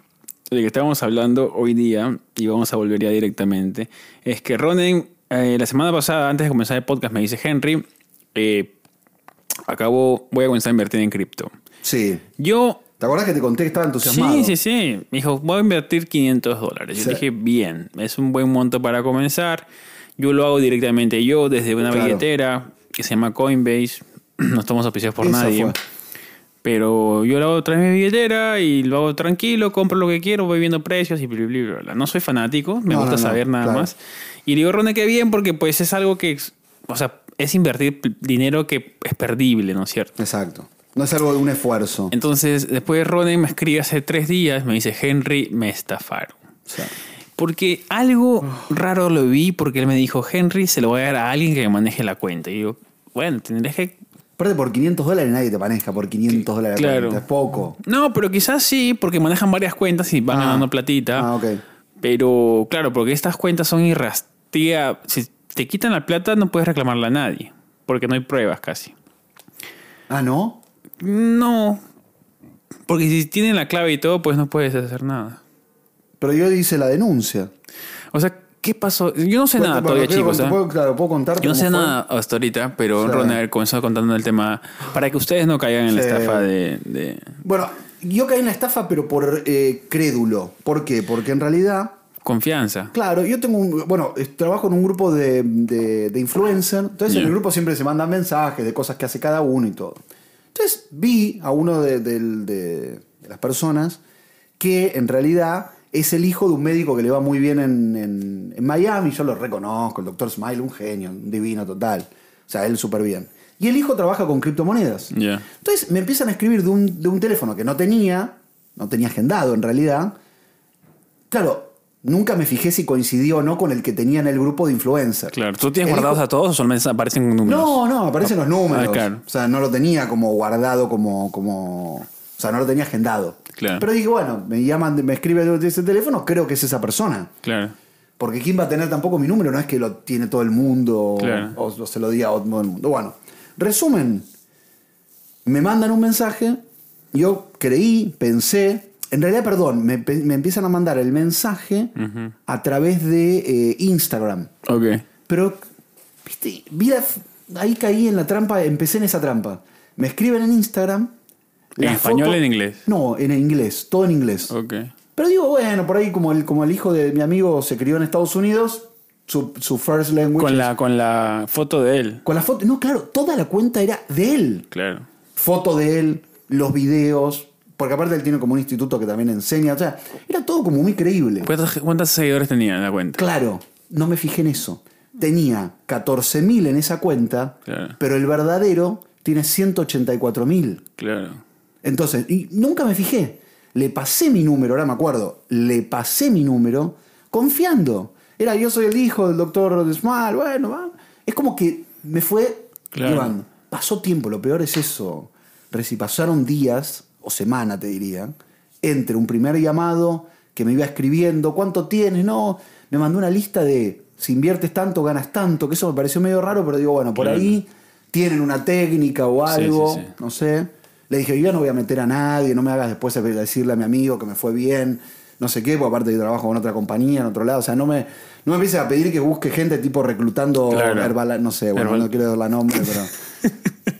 Speaker 1: del que estábamos hablando hoy día, y vamos a volver ya directamente, es que Ronen, eh, la semana pasada, antes de comenzar el podcast, me dice, Henry, eh, acabo, voy a comenzar a invertir en cripto.
Speaker 2: Sí.
Speaker 1: Yo,
Speaker 2: ¿Te acordás que te conté que estaba entusiasmado?
Speaker 1: sí, sí, sí, me dijo, voy a invertir 500 dólares. Yo
Speaker 2: Sí.
Speaker 1: dije, bien, es un buen monto para comenzar. Yo lo hago directamente yo, desde una
Speaker 2: Claro.
Speaker 1: billetera que se llama Coinbase. [clears throat] No estamos auspiciados por
Speaker 2: Eso
Speaker 1: nadie.
Speaker 2: fue.
Speaker 1: Pero yo lo hago tras mi billetera y lo hago tranquilo, compro lo que quiero, voy viendo precios y bla, bla, bla, bla. No soy fanático, me
Speaker 2: No,
Speaker 1: gusta
Speaker 2: no, no,
Speaker 1: saber nada
Speaker 2: claro.
Speaker 1: más. Y le digo, Ronda, qué bien, porque pues es algo que, o sea, es invertir p- dinero que es perdible, ¿no es cierto?
Speaker 2: Exacto. No es algo de un esfuerzo.
Speaker 1: Entonces, después Ronen me escribe hace tres días, me dice, Henry, me estafaron.
Speaker 2: O sea,
Speaker 1: Porque algo raro lo vi, porque él me dijo, Henry, se lo voy a dar a alguien que me maneje la cuenta. Y yo, bueno, tendrías que
Speaker 2: aparte por 500 dólares nadie te maneja por 500 dólares. la
Speaker 1: Claro.
Speaker 2: cuenta, Es poco.
Speaker 1: No, pero quizás sí, porque manejan varias cuentas y van
Speaker 2: Ah.
Speaker 1: ganando platita.
Speaker 2: Ah, ok.
Speaker 1: Pero claro, porque estas cuentas son irrastía. Si te quitan la plata, no puedes reclamarla a nadie, porque no hay pruebas casi.
Speaker 2: Ah, ¿no?
Speaker 1: No, porque si tienen la clave y todo, pues no puedes hacer nada.
Speaker 2: Pero yo hice la denuncia.
Speaker 1: O sea, ¿qué pasó? Yo no sé
Speaker 2: Bueno,
Speaker 1: nada
Speaker 2: bueno,
Speaker 1: todavía,
Speaker 2: creo que
Speaker 1: chicos.
Speaker 2: te
Speaker 1: ¿ah?
Speaker 2: puedo- claro, puedo contarte
Speaker 1: Yo no
Speaker 2: cómo
Speaker 1: sé
Speaker 2: fue.
Speaker 1: nada hasta ahorita, pero
Speaker 2: Sí.
Speaker 1: Ronald comenzó contando el tema para que ustedes no caigan en la
Speaker 2: Sí.
Speaker 1: estafa de- de,
Speaker 2: Bueno, yo caí en la estafa, pero por eh, crédulo. ¿Por qué? Porque en realidad,
Speaker 1: confianza.
Speaker 2: claro, yo tengo un. Bueno, es- trabajo en un grupo de, de, de influencer. Entonces, en
Speaker 1: Ya.
Speaker 2: el grupo siempre se mandan mensajes de cosas que hace cada uno y todo. Entonces, vi a uno de, del- de- de las personas que en realidad es el hijo de un médico que le va muy bien en, en- en Miami. Yo lo reconozco, el doctor Smile, un genio, un divino total. O sea, él súper bien. Y el hijo trabaja con criptomonedas.
Speaker 1: Ya.
Speaker 2: Entonces me empiezan a escribir de un, de un teléfono que no tenía, no tenía agendado en realidad. Claro, nunca me fijé si coincidió o no con el que tenía en el grupo de influencers.
Speaker 1: Claro. ¿Tú tienes
Speaker 2: El
Speaker 1: guardados a todos o solamente aparecen con números?
Speaker 2: No, no, aparecen los números.
Speaker 1: Ah, claro.
Speaker 2: O sea, no lo tenía como guardado, como, como. O sea, no lo tenía agendado.
Speaker 1: Claro.
Speaker 2: Pero dije, bueno, me llaman, me escribe de ese teléfono, creo que es esa persona.
Speaker 1: Claro.
Speaker 2: Porque quién va a tener tampoco mi número, no es que lo tiene todo el mundo o-
Speaker 1: Claro.
Speaker 2: o, o se lo diga a todo el mundo. Bueno, resumen, me mandan un mensaje, yo creí, pensé, en realidad, perdón, me, pe- me empiezan a mandar el mensaje a través de eh, Instagram.
Speaker 1: Ok.
Speaker 2: Pero, viste, vi la- ahí caí en la trampa, empecé en esa trampa. Me escriben en Instagram.
Speaker 1: ¿En
Speaker 2: la
Speaker 1: español
Speaker 2: foto-
Speaker 1: o en inglés?
Speaker 2: No, en inglés, todo en inglés.
Speaker 1: Ok.
Speaker 2: Pero digo, bueno, por ahí como el, como el hijo de mi amigo se crió en Estados Unidos, su, su first language.
Speaker 1: Con
Speaker 2: es-
Speaker 1: la, con la foto de él.
Speaker 2: con la foto. No, claro, toda la cuenta era de él.
Speaker 1: Claro.
Speaker 2: Foto de él, los videos. Porque aparte él tiene como un instituto que también enseña. O sea, era todo como muy creíble.
Speaker 1: ¿Cuántos, cuántos seguidores tenía en la cuenta?
Speaker 2: Claro, no me fijé en eso. Tenía 14.000 en esa cuenta,
Speaker 1: Claro.
Speaker 2: pero el verdadero tiene 184.000.
Speaker 1: Claro.
Speaker 2: Entonces, y nunca me fijé. Le pasé mi número, ahora me acuerdo. Le pasé mi número confiando. Era yo soy el hijo del doctor Small, bueno, va. Es como que me fue
Speaker 1: Claro.
Speaker 2: llevando. Pasó tiempo, lo peor es eso. Reci pasaron días, o semana te diría, entre un primer llamado que me iba escribiendo, ¿cuánto tienes? No, me mandó una lista de si inviertes tanto, ganas tanto, que eso me pareció medio raro, pero digo, bueno, por
Speaker 1: Claro.
Speaker 2: ahí tienen una técnica o
Speaker 1: Sí, sí,
Speaker 2: algo,
Speaker 1: sí.
Speaker 2: no sé. Le dije, yo no voy a meter a nadie, no me hagas después decirle a mi amigo que me fue bien. no sé qué, porque aparte yo trabajo en otra compañía, en otro lado. O sea, no me, no me empieces a pedir que busque gente tipo reclutando
Speaker 1: Claro.
Speaker 2: Herbal- no sé, bueno,
Speaker 1: Herbal-
Speaker 2: no quiero dar la nombre,
Speaker 1: [laughs]
Speaker 2: pero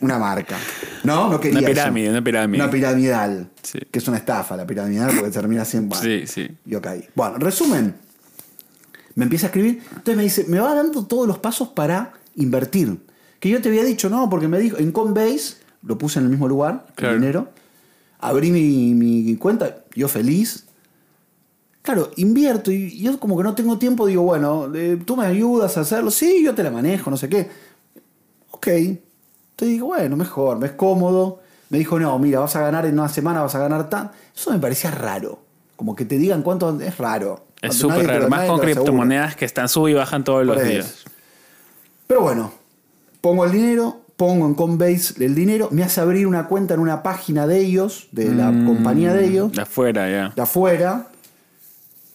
Speaker 2: una marca. No, no quería
Speaker 1: Una
Speaker 2: eso.
Speaker 1: pirámide, una pirámide.
Speaker 2: Una piramidal,
Speaker 1: Sí.
Speaker 2: que es una estafa la piramidal porque termina siempre.
Speaker 1: Sí, sí.
Speaker 2: Yo caí. Bueno, resumen. Me empieza a escribir. Entonces me dice, me va dando todos los pasos para invertir. Que yo te había dicho, no, porque me dijo, en Coinbase, lo puse en el mismo lugar,
Speaker 1: Claro.
Speaker 2: el dinero. Abrí mi, mi cuenta, yo feliz. Claro, invierto y yo como que no tengo tiempo, digo, bueno, eh, tú me ayudas a hacerlo, sí, yo te la manejo, no sé qué. Ok. Entonces digo, bueno, mejor, me es cómodo. Me dijo, no, mira, vas a ganar en una semana, vas a ganar tan. Eso me parecía raro. Como que te digan cuánto es raro.
Speaker 1: Es
Speaker 2: Cuando
Speaker 1: súper
Speaker 2: nadie te
Speaker 1: raro.
Speaker 2: lo-
Speaker 1: Más
Speaker 2: nadie
Speaker 1: con
Speaker 2: te lo asegura.
Speaker 1: criptomonedas que están sub y bajan todos los
Speaker 2: Por eso.
Speaker 1: días.
Speaker 2: Pero bueno, pongo el dinero, pongo en Coinbase el dinero, me hace abrir una cuenta en una página de ellos, de la
Speaker 1: Mm,
Speaker 2: compañía de ellos.
Speaker 1: De afuera, ya.
Speaker 2: de afuera.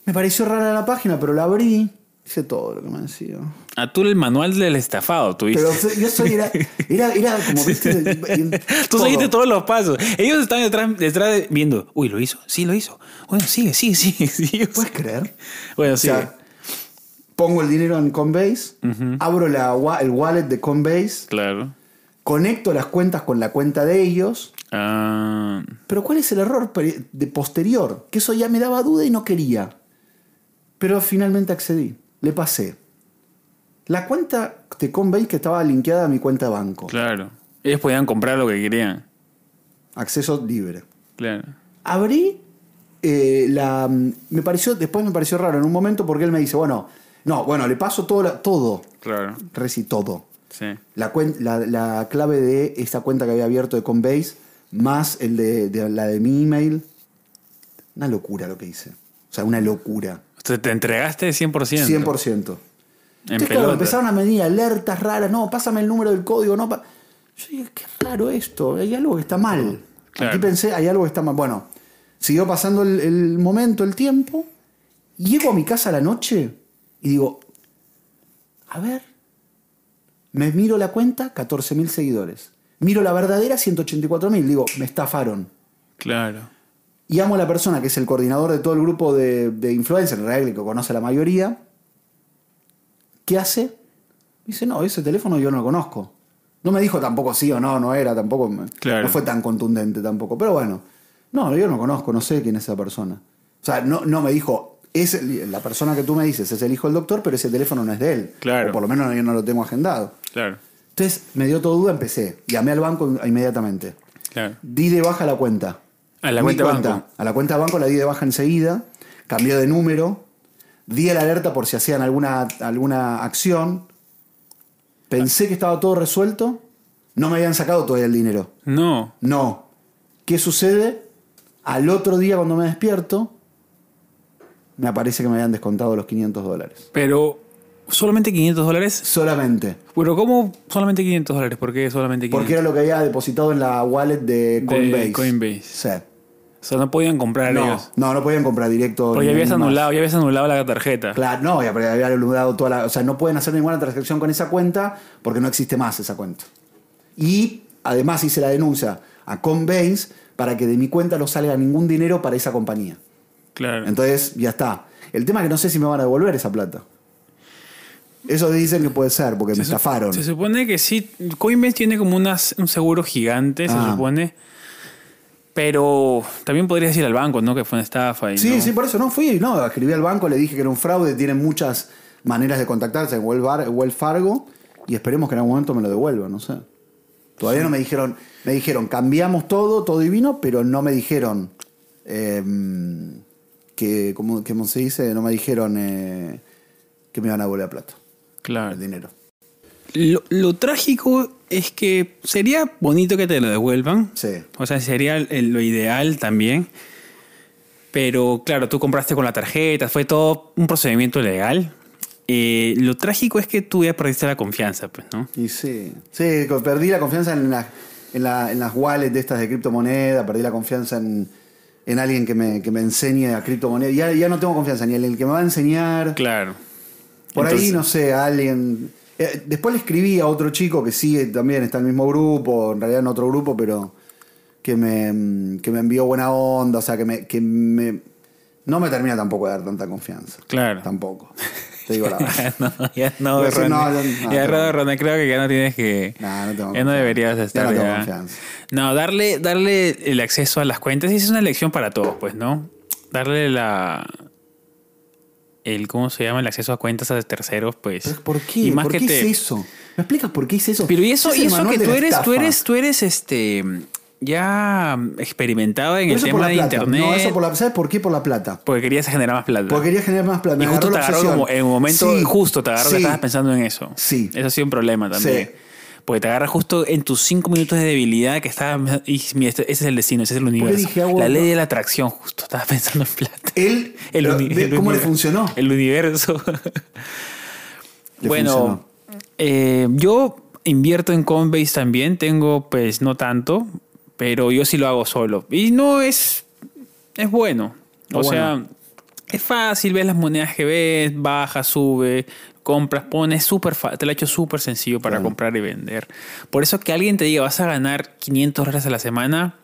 Speaker 2: Me pareció rara la página, pero la abrí. Hice todo lo que me decía.
Speaker 1: A tú el manual del estafado tuviste.
Speaker 2: Pero so- yo soy, era, era, era
Speaker 1: [laughs]
Speaker 2: como, viste,
Speaker 1: Tú
Speaker 2: todo.
Speaker 1: seguiste todos los pasos. Ellos están detrás, detrás de- viendo. Uy, lo hizo. Sí, lo hizo. Bueno, sigue, sigue, sigue. [laughs] sigue.
Speaker 2: ¿Puedes creer?
Speaker 1: Bueno,
Speaker 2: O
Speaker 1: sigue.
Speaker 2: sea, pongo el dinero en Coinbase, abro la, wa- el wallet de Coinbase,
Speaker 1: Claro.
Speaker 2: conecto las cuentas con la cuenta de ellos.
Speaker 1: Ah,
Speaker 2: Pero ¿cuál es el error pre- de posterior? Que eso ya me daba duda y no quería. Pero finalmente accedí, le pasé. La cuenta de Coinbase que estaba linkeada a mi cuenta de banco.
Speaker 1: claro. Ellos podían comprar lo que querían.
Speaker 2: Acceso libre.
Speaker 1: Claro.
Speaker 2: Abrí eh, la. Me pareció, después me pareció raro en un momento porque él me dice, bueno, no, bueno, le paso todo, la- todo,
Speaker 1: Claro.
Speaker 2: reci todo.
Speaker 1: Sí.
Speaker 2: La, cuen- la, la clave de esta cuenta que había abierto de Coinbase, más el de, de la de mi email. Una locura lo que hice. O sea, una locura.
Speaker 1: Entonces te entregaste 100%.
Speaker 2: 100%.
Speaker 1: En
Speaker 2: Entonces, claro,
Speaker 1: pelota.
Speaker 2: empezaron a medir alertas raras. No, pásame el número del código. No, pa- Yo dije, qué raro esto. Hay algo que está mal.
Speaker 1: Claro.
Speaker 2: Aquí pensé, hay algo que está mal. Bueno, siguió pasando el, el momento, el tiempo. Llego a mi casa a la noche y digo, a ver. Me miro la cuenta, 14.000 seguidores. Miro la verdadera, 184.000. Digo, me estafaron.
Speaker 1: Claro.
Speaker 2: Y amo a la persona que es el coordinador de todo el grupo de, de influencers, en realidad que conoce a la mayoría. ¿Qué hace? Dice, no, ese teléfono yo no lo conozco. No me dijo tampoco sí o no, no era, tampoco. me-
Speaker 1: Claro.
Speaker 2: No fue tan contundente tampoco. Pero bueno, no, yo no conozco, no sé quién es esa persona. O sea, no, no me dijo, es el- la persona que tú me dices es el hijo del doctor, pero ese teléfono no es de él.
Speaker 1: Claro.
Speaker 2: O por lo menos yo no lo tengo agendado.
Speaker 1: Claro.
Speaker 2: Entonces me dio todo duda, empecé. Llamé al banco inmediatamente.
Speaker 1: Claro.
Speaker 2: Di de baja la cuenta.
Speaker 1: A la
Speaker 2: Mi
Speaker 1: cuenta banco.
Speaker 2: A la cuenta de banco la di de baja enseguida. Cambié de número. Di la alerta por si hacían alguna, alguna acción. Pensé que estaba todo resuelto. No me habían sacado todavía el dinero.
Speaker 1: No.
Speaker 2: No. ¿Qué sucede? Al otro día cuando me despierto, me aparece que me habían descontado los 500 dólares.
Speaker 1: Pero solamente 500 dólares.
Speaker 2: Solamente.
Speaker 1: Pero ¿cómo solamente 500 dólares? ¿Por qué solamente 500?
Speaker 2: Porque era lo que había depositado en la wallet de
Speaker 1: De
Speaker 2: Coinbase.
Speaker 1: Coinbase.
Speaker 2: Sí.
Speaker 1: O sea, no podían comprar
Speaker 2: No,
Speaker 1: ellos.
Speaker 2: no, no podían comprar directo.
Speaker 1: Porque ya
Speaker 2: ni-
Speaker 1: habías
Speaker 2: ni más.
Speaker 1: anulado, ya habías anulado la tarjeta.
Speaker 2: Claro, no, ya pero había anulado toda la. O sea, no pueden hacer ninguna transacción con esa cuenta porque no existe más esa cuenta. Y además hice la denuncia a Coinbase para que de mi cuenta no salga ningún dinero para esa compañía.
Speaker 1: Claro.
Speaker 2: Entonces, ya está. El tema es que no sé si me van a devolver esa plata. Eso dicen que puede ser, porque me
Speaker 1: Se su-
Speaker 2: estafaron.
Speaker 1: Se supone que sí. Coinbase tiene como unas- un seguro gigante, se
Speaker 2: Ah.
Speaker 1: supone. Pero también podrías ir al banco, ¿no? Que fue una estafa. Y
Speaker 2: Sí,
Speaker 1: no.
Speaker 2: sí, por eso no fui. No, escribí al banco, le dije que era un fraude. Tienen muchas maneras de contactarse en Wells Bar- Wells Fargo y esperemos que en algún momento me lo devuelvan, no sé. Todavía no me dijeron, me dijeron, cambiamos todo, todo divino, pero no me dijeron eh, que, como, que se dice, no me dijeron eh, que me iban a volver a plata,
Speaker 1: Claro.
Speaker 2: el dinero.
Speaker 1: Lo, lo trágico es que sería bonito que te lo devuelvan.
Speaker 2: Sí.
Speaker 1: O sea, sería el- lo ideal también. Pero claro, tú compraste con la tarjeta, fue todo un procedimiento legal. Eh, lo trágico es que tú ya perdiste la confianza, pues, ¿no?
Speaker 2: Y sí. Sí, co- perdí la confianza en, la- en, la- en las wallets de estas de criptomoneda, perdí la confianza en, en alguien que me, que me enseñe a criptomoneda. Ya, ya no tengo confianza ni en el que me va a enseñar.
Speaker 1: Claro.
Speaker 2: Por ahí,
Speaker 1: Entonces-
Speaker 2: no sé, a alguien. Eh, Después le escribí a otro chico que sigue también, está en el mismo grupo, en realidad en otro mm, grupo, pero que me, que me envió buena onda, o sea, que me, que me, No me termina tampoco de dar tanta confianza.
Speaker 1: Claro.
Speaker 2: Tampoco. Te
Speaker 1: [laughs]
Speaker 2: digo la verdad.
Speaker 1: no, ya no,
Speaker 2: Voy a
Speaker 1: Ronnie.
Speaker 2: decir, Pues no,
Speaker 1: ya,
Speaker 2: ya no, no.
Speaker 1: Ronnie, Ronnie, creo que ya no tienes que...
Speaker 2: Nah, no tengo
Speaker 1: ya no
Speaker 2: confianza.
Speaker 1: deberías
Speaker 2: Ya
Speaker 1: estar
Speaker 2: no tengo
Speaker 1: ya.
Speaker 2: confianza.
Speaker 1: No, darle, darle el acceso a las cuentas es una elección para todos, pues, ¿no? Darle la... El, ¿Cómo se llama? El acceso a cuentas a terceros, pues.
Speaker 2: Pero ¿Por qué?
Speaker 1: Y más
Speaker 2: ¿Por
Speaker 1: que
Speaker 2: qué
Speaker 1: te-
Speaker 2: hice eso? ¿Me explicas por qué hice eso?
Speaker 1: Pero y eso,
Speaker 2: Ese
Speaker 1: y
Speaker 2: es el
Speaker 1: eso
Speaker 2: manual
Speaker 1: que
Speaker 2: de
Speaker 1: tú
Speaker 2: la
Speaker 1: eres, tú
Speaker 2: estafa.
Speaker 1: eres, tú eres este ya experimentado en
Speaker 2: Pero
Speaker 1: el
Speaker 2: eso por
Speaker 1: tema
Speaker 2: la
Speaker 1: de
Speaker 2: plata.
Speaker 1: internet.
Speaker 2: No, eso por la, ¿Sabes por qué? Por la plata.
Speaker 1: Porque querías generar más plata.
Speaker 2: Porque quería generar más plata. Me
Speaker 1: y justo
Speaker 2: agarró
Speaker 1: te
Speaker 2: la
Speaker 1: agarró
Speaker 2: obsesión.
Speaker 1: como en un momento
Speaker 2: Sí,
Speaker 1: justo, te agarró que
Speaker 2: sí.
Speaker 1: estabas pensando en eso.
Speaker 2: Sí.
Speaker 1: Eso ha sido un problema también.
Speaker 2: Sí.
Speaker 1: Porque te agarra justo en tus cinco minutos de debilidad que estabas. Y mira, este- ese es el destino, ese es el universo.
Speaker 2: dije, ah, bueno,
Speaker 1: la ley
Speaker 2: no.
Speaker 1: de la atracción, justo. Estabas [laughs] pensando en plata.
Speaker 2: Él,
Speaker 1: El
Speaker 2: lo-
Speaker 1: uni-
Speaker 2: ve
Speaker 1: el
Speaker 2: ¿Cómo le
Speaker 1: univer-
Speaker 2: funcionó?
Speaker 1: El universo.
Speaker 2: Le
Speaker 1: bueno,
Speaker 2: funcionó.
Speaker 1: eh, yo invierto en Coinbase también. Tengo, pues, no tanto, pero yo sí lo hago solo. Y no es. Es bueno.
Speaker 2: Está
Speaker 1: o
Speaker 2: bueno.
Speaker 1: sea, es fácil, ves las monedas que ves, baja, sube, compras, pones, súper fa- te lo he hecho súper sencillo para
Speaker 2: Bueno.
Speaker 1: comprar y vender. Por eso que alguien te diga, vas a ganar 500 dólares a la semana,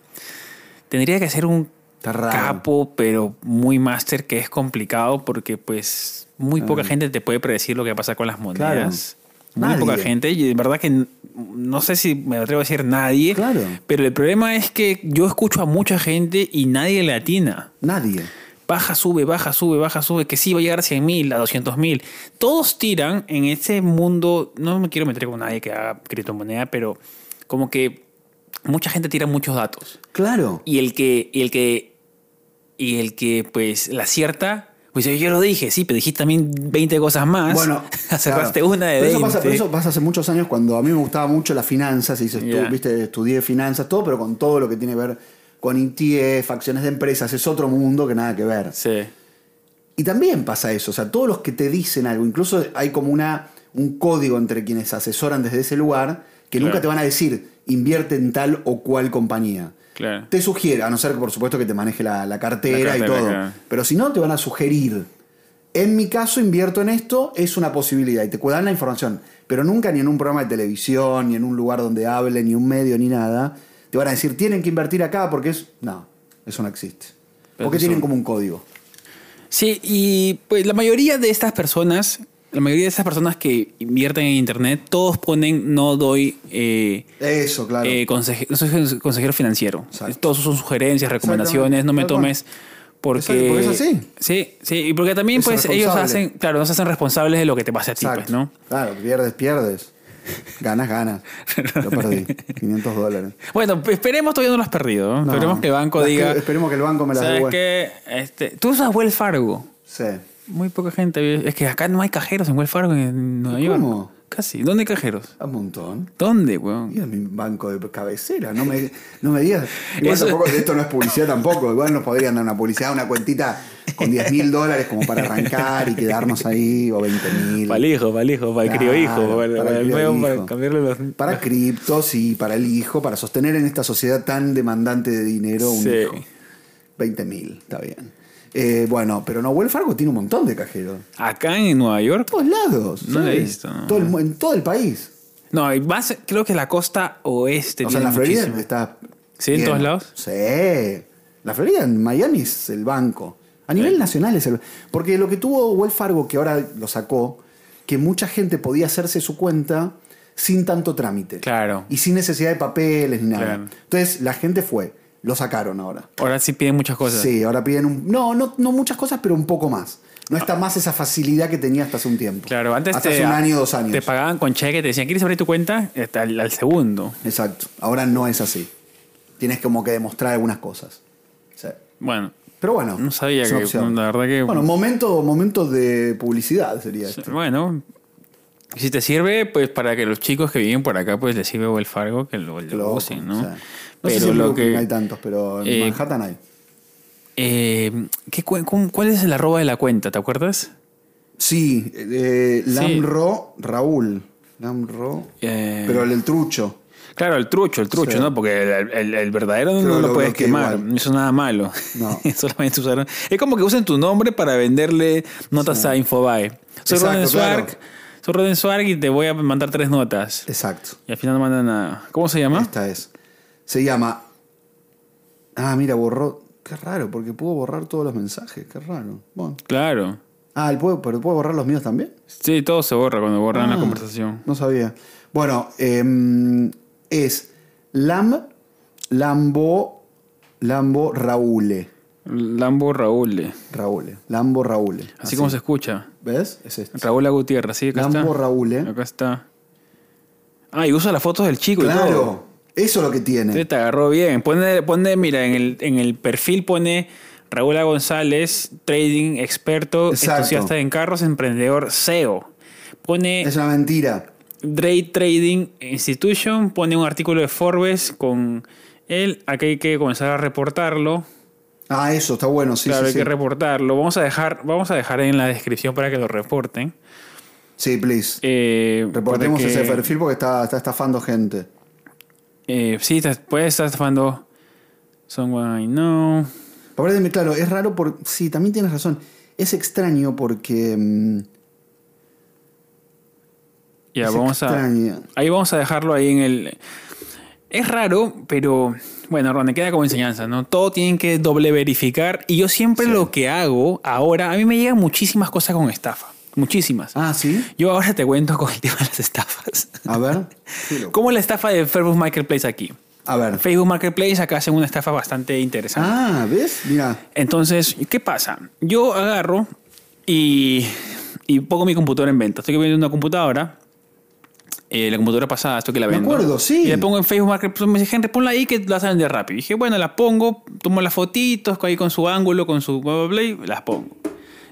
Speaker 1: tendría que hacer un
Speaker 2: Está raro.
Speaker 1: capo, pero muy máster, que es complicado porque pues muy
Speaker 2: Ah.
Speaker 1: poca gente te puede predecir lo que pasa con las monedas. Muy
Speaker 2: Nadie.
Speaker 1: poca gente, y de verdad que n- no sé si me atrevo a decir nadie,
Speaker 2: Claro.
Speaker 1: pero el problema es que yo escucho a mucha gente y nadie le atina.
Speaker 2: Nadie.
Speaker 1: Baja, sube, baja, sube, baja, sube, que sí va a llegar a 100 mil, a 200 mil. Todos tiran en ese mundo, no me quiero meter con nadie que haga criptomoneda, pero como que mucha gente tira muchos datos.
Speaker 2: Claro.
Speaker 1: Y el que, y el que, y el que, pues, la acierta, pues yo, yo lo dije, sí, pero dijiste también 20 cosas más. [laughs]
Speaker 2: Bueno,
Speaker 1: cerraste
Speaker 2: claro.
Speaker 1: una de
Speaker 2: Pero
Speaker 1: 20.
Speaker 2: eso, pasa, pero eso pasa hace muchos años cuando a mí me gustaba mucho las finanzas, y se estu-
Speaker 1: Ya.
Speaker 2: viste, estudié finanzas, todo, pero con todo lo que tiene que ver con INTIEF, acciones de empresas, es otro mundo que nada que ver.
Speaker 1: Sí.
Speaker 2: Y también pasa eso, o sea, todos los que te dicen algo, incluso hay como una, un código entre quienes asesoran desde ese lugar, que
Speaker 1: Claro.
Speaker 2: nunca te van a decir, invierte en tal o cual compañía.
Speaker 1: Claro.
Speaker 2: Te sugiere, a no ser que por supuesto que te maneje la, la cartera,
Speaker 1: La cartera,
Speaker 2: y todo.
Speaker 1: claro.
Speaker 2: Pero si no, te van a sugerir. En mi caso, invierto en esto, es una posibilidad. Y te dan la información. Pero nunca ni en un programa de televisión, ni en un lugar donde hablen, ni un medio, ni nada. Te van a decir, tienen que invertir acá porque es. No, eso no existe.
Speaker 1: Pero
Speaker 2: porque
Speaker 1: eso-
Speaker 2: tienen como un código.
Speaker 1: Sí, y pues la mayoría de estas personas, la mayoría de estas personas que invierten en internet, todos ponen no doy eh,
Speaker 2: Eso, claro.
Speaker 1: eh, conseje- no soy conse- consejero financiero.
Speaker 2: Exacto.
Speaker 1: Todos son sugerencias, recomendaciones,
Speaker 2: Exactamente.
Speaker 1: no me
Speaker 2: Tal cual.
Speaker 1: tomes porque...
Speaker 2: Exacto, porque es así.
Speaker 1: Sí, sí, y porque también
Speaker 2: Es
Speaker 1: pues ellos
Speaker 2: responsable.
Speaker 1: hacen, claro, nos hacen responsables de lo que te pase a ti, pues, ¿no?
Speaker 2: Claro, pierdes, pierdes.
Speaker 1: [laughs]
Speaker 2: Ganas, ganas. Lo perdí. 500 dólares.
Speaker 1: Bueno, esperemos todavía no lo has perdido. ¿no?
Speaker 2: No.
Speaker 1: esperemos que el banco
Speaker 2: Las
Speaker 1: diga.
Speaker 2: que- esperemos que el banco me las
Speaker 1: ¿Sabes
Speaker 2: devuelva".
Speaker 1: qué? Este, Tú usas Wells Fargo.
Speaker 2: Sí.
Speaker 1: Muy poca gente. vive- Es que acá no hay cajeros en Wells Fargo en Nueva York.
Speaker 2: ¿Cómo?
Speaker 1: Casi. ¿Dónde hay cajeros?
Speaker 2: Un montón.
Speaker 1: ¿Dónde, weón?
Speaker 2: Y es mi banco de cabecera, no me, no me digas. Igual
Speaker 1: Eso-
Speaker 2: tampoco, esto no es publicidad tampoco. Igual nos podrían dar una publicidad, una cuentita con 10 mil dólares como para arrancar y quedarnos ahí, o 20
Speaker 1: [laughs]
Speaker 2: mil.
Speaker 1: Para el hijo, para el hijo, para el
Speaker 2: Claro,
Speaker 1: criohijo, para,
Speaker 2: para
Speaker 1: para
Speaker 2: el
Speaker 1: el nuevo,
Speaker 2: criohijo.
Speaker 1: para cambiarle los. [laughs]
Speaker 2: Para
Speaker 1: los-
Speaker 2: criptos y para el hijo, para sostener en esta sociedad tan demandante de dinero un
Speaker 1: Sí.
Speaker 2: hijo. 20 mil, está bien. Eh, bueno, pero no, Wells Fargo tiene un montón de cajeros.
Speaker 1: Acá en Nueva York.
Speaker 2: Todos lados.
Speaker 1: No lo he
Speaker 2: ¿sí?
Speaker 1: visto, no.
Speaker 2: Todo el mu- en todo el país.
Speaker 1: No, y más, creo que la costa oeste.
Speaker 2: O sea, en la
Speaker 1: tiene
Speaker 2: Florida
Speaker 1: muchísimo.
Speaker 2: está.
Speaker 1: ¿Sí, en
Speaker 2: lleno.
Speaker 1: todos lados?
Speaker 2: Sí. La Florida, en Miami es el banco. A nivel nacional es el Porque lo que tuvo Wells Fargo, que ahora lo sacó, que mucha gente podía hacerse su cuenta sin tanto trámite.
Speaker 1: Claro.
Speaker 2: Y sin necesidad de papeles ni nada.
Speaker 1: Claro.
Speaker 2: Entonces la gente fue. Lo sacaron ahora.
Speaker 1: Ahora sí piden muchas cosas.
Speaker 2: Sí, ahora piden un. No, no, no muchas cosas, pero un poco más. No está más esa facilidad que tenía hasta hace un tiempo.
Speaker 1: Ah. Claro, antes
Speaker 2: Hasta
Speaker 1: te,
Speaker 2: hace un año, dos años.
Speaker 1: te pagaban con cheque, te decían, ¿quieres abrir tu cuenta? Hasta Al, al segundo.
Speaker 2: Exacto. Ahora no es así. Tienes como que demostrar algunas cosas. Sí.
Speaker 1: Bueno,
Speaker 2: Pero bueno.
Speaker 1: No sabía
Speaker 2: es una
Speaker 1: que-
Speaker 2: opción.
Speaker 1: la verdad que-
Speaker 2: Bueno, momento, momento de publicidad sería
Speaker 1: Sí,
Speaker 2: esto.
Speaker 1: Bueno, si te sirve, pues para que los chicos que viven por acá, pues les sirve el Fargo que lo, lo
Speaker 2: Loco,
Speaker 1: usen, ¿no?
Speaker 2: o sea, no
Speaker 1: Pero
Speaker 2: sé si en
Speaker 1: lo
Speaker 2: Brooklyn
Speaker 1: que.
Speaker 2: hay tantos, pero en
Speaker 1: Eh,
Speaker 2: Manhattan hay.
Speaker 1: eh, ¿qué cu- cu- ¿Cuál es el arroba de la cuenta? ¿Te acuerdas?
Speaker 2: Sí, eh, Lamro, Raúl. Lamro.
Speaker 1: Eh,
Speaker 2: Pero el del trucho.
Speaker 1: Claro, el trucho, el trucho,
Speaker 2: Sí.
Speaker 1: ¿no? Porque el, el- el verdadero
Speaker 2: Pero
Speaker 1: no lo,
Speaker 2: lo
Speaker 1: puedes
Speaker 2: bloqueé
Speaker 1: quemar.
Speaker 2: igual.
Speaker 1: Eso es nada malo. [laughs]
Speaker 2: No.
Speaker 1: Solamente usaron. Es como que usen tu nombre para venderle notas a Infobae. Soy
Speaker 2: Exacto,
Speaker 1: Roden
Speaker 2: claro.
Speaker 1: Swark. Soy Roden Swark y te voy a mandar tres notas.
Speaker 2: Exacto.
Speaker 1: Y al final no ¿Ah?
Speaker 2: Este.
Speaker 1: mandan nada. ¿Cómo se llama?
Speaker 2: Esta es. Se llama. Ah, mira, borró. Qué raro, porque puedo borrar todos los mensajes. Qué raro. Bueno.
Speaker 1: Claro.
Speaker 2: Ah, ¿el puedo, ¿pero puedo borrar los míos también?
Speaker 1: Sí, todo se borra cuando borran la
Speaker 2: Ah,
Speaker 1: conversación.
Speaker 2: No sabía. Bueno, em, es Lam, Lambo, Lambo, Raúle.
Speaker 1: Lambo Raúl. eh.
Speaker 2: Raúle. Lambo, Raúle.
Speaker 1: Así, como se escucha.
Speaker 2: ¿Ves? Es este.
Speaker 1: Raúl Gutiérrez, sí, acá
Speaker 2: Ah, Lambo, ¿eh?
Speaker 1: está.
Speaker 2: Raúle.
Speaker 1: Acá está. Ah, y usa las fotos del chico y todo.
Speaker 2: Claro. Eso es lo que
Speaker 1: Entonces
Speaker 2: tiene.
Speaker 1: te agarró bien. Pone, pone mira, en el, en el perfil pone Raúl González, trading experto,
Speaker 2: Exacto.
Speaker 1: entusiasta en carros, emprendedor, SEO. Pone
Speaker 2: Es una mentira.
Speaker 1: Day Trading Institution, pone un artículo de Forbes con él. Aquí hay que comenzar a reportarlo.
Speaker 2: Ah, eso, está bueno. Sí,
Speaker 1: claro,
Speaker 2: sí,
Speaker 1: hay
Speaker 2: sí.
Speaker 1: que reportarlo. Vamos a, dejar, vamos a dejar en la descripción para que lo reporten.
Speaker 2: Sí, please.
Speaker 1: Eh,
Speaker 2: Reportemos
Speaker 1: porque,
Speaker 2: ese perfil porque está, está estafando gente.
Speaker 1: eh, sí, te- puedes estar estafando. Someone I know.
Speaker 2: Aparte, me- claro, es raro por. Sí, también tienes razón. Es extraño porque. mm,
Speaker 1: Ya,
Speaker 2: es
Speaker 1: vamos a.
Speaker 2: extraño.
Speaker 1: Ahí vamos a dejarlo ahí en el. Es raro, pero bueno, Ron, me queda como enseñanza, ¿no? Todo tienen que doble verificar. Y yo siempre lo que hago ahora, a mí me llegan muchísimas cosas con estafa. Muchísimas.
Speaker 2: Ah, sí.
Speaker 1: Yo ahora te cuento [laughs] con el tema de las estafas.
Speaker 2: A ver.
Speaker 1: ¿Cómo la estafa de Facebook Marketplace aquí?
Speaker 2: A ver.
Speaker 1: Facebook Marketplace acá hacen una estafa bastante interesante.
Speaker 2: Ah, ¿ves? Mira.
Speaker 1: Entonces, ¿qué pasa? Yo agarro y, y pongo mi computadora en venta. Estoy viendo una computadora. eh, la computadora pasada, esto que la
Speaker 2: Me
Speaker 1: vendo.
Speaker 2: acuerdo, sí.
Speaker 1: Y la pongo en Facebook Marketplace. Me dice, Henry, ponla ahí que la vas a vender rápido. Y dije, bueno, la pongo, tomo las fotitos ahí con su ángulo, con su bla, bla, bla, y las pongo.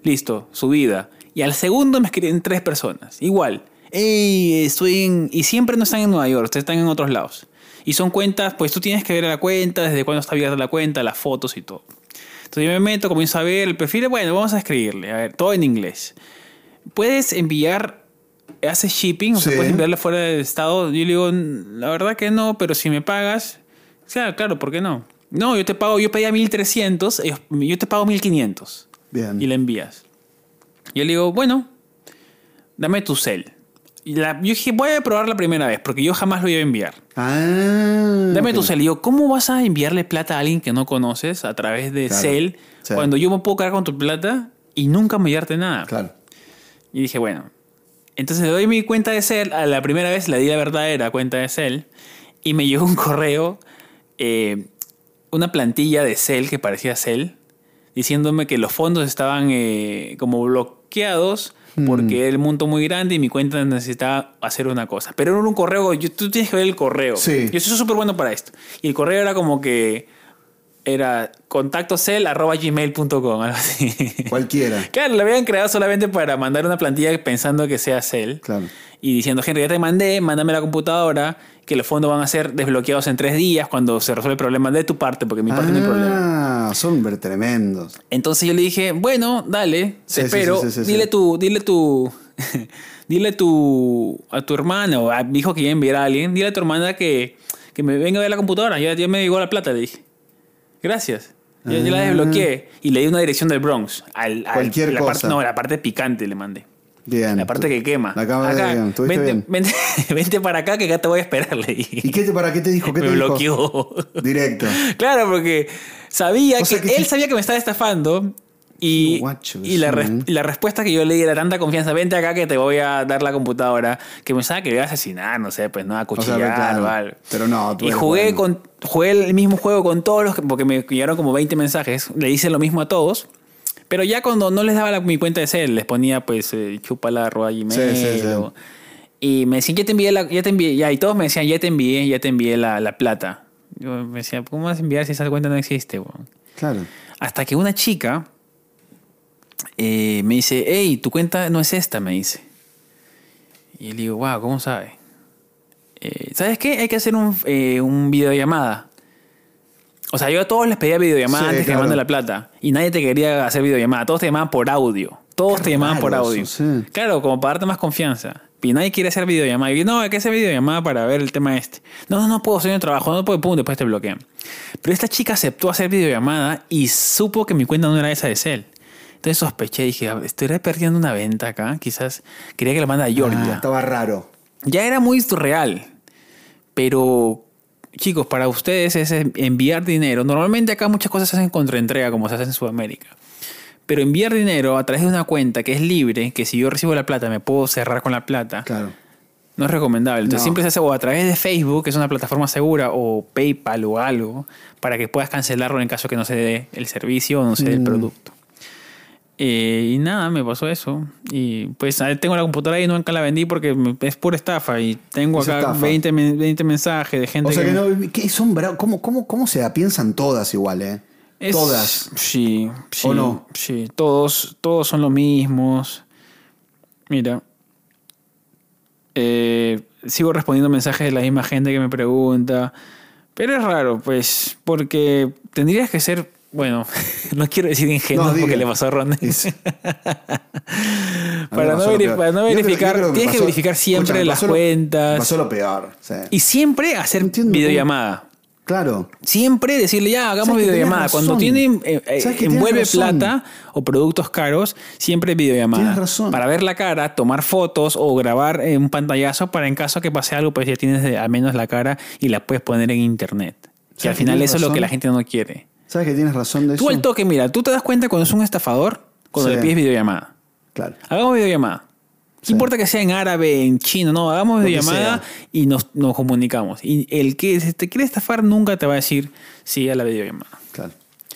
Speaker 1: Listo, subida. Y al segundo me escriben tres personas. Igual. Ey, estoy en... Y siempre no están en Nueva York, ustedes están en otros lados. Y son cuentas, pues tú tienes que ver la cuenta, desde cuándo está abierta la cuenta, las fotos y todo. Entonces yo me meto, comienzo a ver el perfil. Bueno, vamos a escribirle. A ver, todo en inglés. Puedes enviar. Hace shipping, o sea,
Speaker 2: Sí.
Speaker 1: puedes enviarla fuera del estado. Yo le digo, la verdad que no, pero si me pagas. Claro, claro, ¿por qué no? No, yo te pago, yo pedía 1300, ellos- yo te pago 1500
Speaker 2: Bien.
Speaker 1: y la envías. Yo le digo, bueno, dame tu cel. Y la- yo dije, voy a probar la primera vez, porque yo jamás lo iba a enviar.
Speaker 2: Ah.
Speaker 1: Dame
Speaker 2: ok.
Speaker 1: tu cel. Y yo, ¿cómo vas a enviarle plata a alguien que no conoces a través de
Speaker 2: Claro,
Speaker 1: cel
Speaker 2: sí.
Speaker 1: cuando yo me puedo quedar con tu plata y nunca enviarte nada?
Speaker 2: Claro.
Speaker 1: Y dije, bueno. Entonces le doy mi cuenta de Cell. A la primera vez le di la verdadera cuenta de Cell. Y me llegó un correo, eh, una plantilla de Cell que parecía Cell, diciéndome que los fondos estaban eh, como bloqueados porque era el monto muy grande y mi cuenta necesitaba hacer una cosa. Pero era un correo, yo- tú tienes que ver el correo.
Speaker 2: Sí.
Speaker 1: Yo soy súper bueno para esto. Y el correo era como que era contactocell.gmail.com, algo así. [laughs]
Speaker 2: Cualquiera.
Speaker 1: Claro, lo habían creado solamente para mandar una plantilla pensando que sea Cell.
Speaker 2: Claro.
Speaker 1: Y diciendo, Henry, ya te mandé, mándame la computadora, que los fondos van a ser desbloqueados en tres días cuando se resuelve el problema de tu parte, porque mi parte es mi problema.
Speaker 2: Ah, son ver- tremendos.
Speaker 1: Entonces yo le dije, bueno, dale, te
Speaker 2: Sí, sí,
Speaker 1: espero.
Speaker 2: sí, sí, sí,
Speaker 1: dile
Speaker 2: sí.
Speaker 1: tu, dile tu, [laughs] dile tu, a tu hermana, o a- dijo que iba a enviar a alguien, dile a tu hermana que, que me venga a ver la computadora, ya, ya me llegó la plata, le dije. Gracias. Yo, yo la
Speaker 2: Ah.
Speaker 1: desbloqueé y le di una dirección del Bronx. Al, al-
Speaker 2: Cualquier
Speaker 1: la Parte,
Speaker 2: cosa.
Speaker 1: no, la parte picante le mandé.
Speaker 2: Bien.
Speaker 1: La parte que quema.
Speaker 2: La cámara
Speaker 1: Acá,
Speaker 2: de bien. Estuviste
Speaker 1: vente,
Speaker 2: bien.
Speaker 1: Vente, [laughs] vente para acá que acá te voy a esperar, le dije.
Speaker 2: ¿Y qué te, para qué te dijo?
Speaker 1: [laughs]
Speaker 2: ¿Qué
Speaker 1: me
Speaker 2: te dijo?
Speaker 1: bloqueó.
Speaker 2: Directo.
Speaker 1: Claro, porque sabía
Speaker 2: O sea
Speaker 1: que,
Speaker 2: que
Speaker 1: él
Speaker 2: sí.
Speaker 1: sabía que me estaba estafando y,
Speaker 2: Guacho,
Speaker 1: y la,
Speaker 2: sí,
Speaker 1: res-
Speaker 2: ¿eh?
Speaker 1: y la respuesta que yo le di era tanta confianza, vente acá que te voy a dar la computadora, que me pensaba que le iba a asesinar, no sé, pues no, a cuchillar
Speaker 2: pero claro,
Speaker 1: o algo.
Speaker 2: pero no, tú
Speaker 1: Y
Speaker 2: eres
Speaker 1: jugué,
Speaker 2: bueno.
Speaker 1: con, jugué el mismo juego con todos los, que- porque me llegaron como 20 mensajes, le hice lo mismo a todos. Pero ya cuando no les daba la- mi cuenta de cel, les ponía pues eh, chupala arroba gmail
Speaker 2: Sí, sí, sí.
Speaker 1: o- y me decían, ya te envié la, ya te envié, ya, y todos me decían, ya te envié, ya te envié la, la plata. Yo me decía, ¿cómo vas a enviar si esa cuenta no existe? weón?"
Speaker 2: Claro.
Speaker 1: Hasta que una chica eh, me dice, hey, tu cuenta no es esta, me dice. Y le digo, wow, ¿cómo sabe? Eh, ¿Sabes qué? Hay que hacer un, eh, un videollamada. O sea, yo a todos les pedía videollamada
Speaker 2: Sí,
Speaker 1: antes que me
Speaker 2: claro.
Speaker 1: manden la plata. Y nadie te quería hacer videollamada. Todos te llamaban por audio. Todos te llamaban
Speaker 2: raro
Speaker 1: por audio.
Speaker 2: eso, sí.
Speaker 1: Claro, como para darte más confianza. Y nadie quiere hacer videollamada. Y yo, no, hay que hacer videollamada para ver el tema este. No, no, no puedo, soy en el trabajo, no puedo, pum, después te bloquean. Pero esta chica aceptó hacer videollamada y supo que mi cuenta no era esa de Cell. Entonces sospeché, dije, estaré perdiendo una venta acá. Quizás quería que la manda a
Speaker 2: Ah,
Speaker 1: Georgia.
Speaker 2: estaba raro.
Speaker 1: ya era muy surreal. Pero chicos, para ustedes es enviar dinero. Normalmente acá muchas cosas se hacen contra entrega, como se hace en Sudamérica. Pero enviar dinero a través de una cuenta que es libre, que si yo recibo la plata me puedo cerrar con la plata,
Speaker 2: Claro.
Speaker 1: no es recomendable. Entonces
Speaker 2: No.
Speaker 1: siempre se hace o a través de Facebook, que es una plataforma segura, o PayPal o algo, para que puedas cancelarlo en caso que no se dé el servicio o no se dé el
Speaker 2: Mm.
Speaker 1: producto. Eh, y nada, me pasó eso. Y pues ahí tengo la computadora y nunca la vendí porque me- es pura estafa. Y tengo
Speaker 2: Es
Speaker 1: acá
Speaker 2: estafa.
Speaker 1: 20, men- 20 mensajes de gente
Speaker 2: O sea que
Speaker 1: me-
Speaker 2: no, ¿qué son bra- ¿Cómo, cómo, ¿Cómo se la piensan todas igual, eh?
Speaker 1: Es-
Speaker 2: Todas.
Speaker 1: Sí, sí.
Speaker 2: ¿O no?
Speaker 1: Sí, todos, todos son los mismos. Mira. eh, sigo respondiendo mensajes de la misma gente que me pregunta. Pero es raro, pues, porque tendrías que ser. Bueno, [laughs] no quiero decir ingenuo
Speaker 2: No, diga.
Speaker 1: porque le pasó a Ron. [laughs]
Speaker 2: Es- A mí me
Speaker 1: Para no
Speaker 2: pasó lo
Speaker 1: veri-
Speaker 2: peor.
Speaker 1: para no
Speaker 2: Yo creo- yo
Speaker 1: verificar,
Speaker 2: creo que me
Speaker 1: tienes que
Speaker 2: pasó-
Speaker 1: verificar siempre
Speaker 2: escucha, me
Speaker 1: las
Speaker 2: pasó lo-
Speaker 1: cuentas.
Speaker 2: me pasó lo peor. sí.
Speaker 1: Y siempre hacer
Speaker 2: Entiendo cómo-
Speaker 1: videollamada.
Speaker 2: Claro.
Speaker 1: Siempre decirle, ya, hagamos
Speaker 2: ¿Sabes que
Speaker 1: videollamada.
Speaker 2: tenés
Speaker 1: Cuando
Speaker 2: razón?
Speaker 1: tienen, eh, eh,
Speaker 2: ¿Sabes que tenés
Speaker 1: envuelve
Speaker 2: razón?
Speaker 1: plata o productos caros, siempre videollamada.
Speaker 2: Tienes razón.
Speaker 1: Para ver la cara, tomar fotos o grabar eh, un pantallazo para en caso que pase algo, pues ya tienes eh, al menos la cara y la puedes poner en internet. Que
Speaker 2: ¿Sabes
Speaker 1: al
Speaker 2: que
Speaker 1: final
Speaker 2: tienes
Speaker 1: eso es lo que
Speaker 2: razón?
Speaker 1: la gente no quiere.
Speaker 2: ¿Sabes que tienes razón de eso?
Speaker 1: Tú al toque, mira, tú te das cuenta cuando es un estafador, cuando
Speaker 2: Sí.
Speaker 1: le pides videollamada.
Speaker 2: Claro.
Speaker 1: Hagamos videollamada. No
Speaker 2: Sí.
Speaker 1: importa que sea en árabe, en chino, no, hagamos
Speaker 2: Lo que
Speaker 1: videollamada y nos, nos comunicamos. Y el que se te quiere estafar nunca te va a decir sí a la videollamada.
Speaker 2: Claro.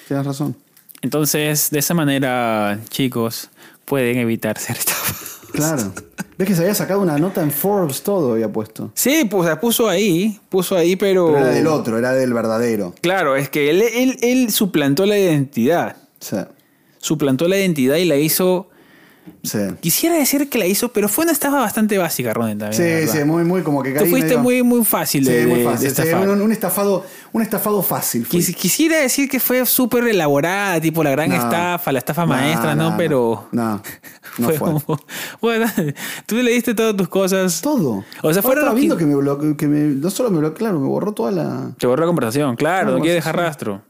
Speaker 2: Tienes razón.
Speaker 1: Entonces, de esa manera, chicos, pueden evitar ser estafados.
Speaker 2: Claro. Ves que se había sacado una nota en Forbes todo había puesto.
Speaker 1: [laughs] Sí, pues la puso ahí, puso ahí, pero...
Speaker 2: Pero era del otro, era del verdadero.
Speaker 1: Claro, es que él, él, él suplantó la identidad.
Speaker 2: Sí.
Speaker 1: Suplantó la identidad y la hizo...
Speaker 2: Sí.
Speaker 1: Quisiera decir que la hizo, pero fue una estafa bastante básica, Ronen, también. la
Speaker 2: Sí,
Speaker 1: verdad.
Speaker 2: sí, muy, muy como que
Speaker 1: Tú
Speaker 2: caí
Speaker 1: fuiste
Speaker 2: medio-
Speaker 1: muy, muy fácil de,
Speaker 2: Sí,
Speaker 1: de-
Speaker 2: muy
Speaker 1: de
Speaker 2: fácil. sí,
Speaker 1: estafar.
Speaker 2: un, un estafado, un estafado fácil. fui.
Speaker 1: Quis- quisiera decir que fue súper elaborada, tipo la gran
Speaker 2: No.
Speaker 1: estafa, la estafa
Speaker 2: No,
Speaker 1: maestra, ¿no? Pero.
Speaker 2: No, no
Speaker 1: fue
Speaker 2: fue.
Speaker 1: como- [laughs] bueno, tú le diste todas tus cosas.
Speaker 2: Todo.
Speaker 1: O sea, fueron
Speaker 2: Ahora
Speaker 1: los
Speaker 2: viendo
Speaker 1: quin-
Speaker 2: que me bloqueó, que me, no solo me bloqueó, claro, me borró toda la.
Speaker 1: Te borró la conversación, claro, no
Speaker 2: Vamos,
Speaker 1: quiere dejar
Speaker 2: sí.
Speaker 1: rastro.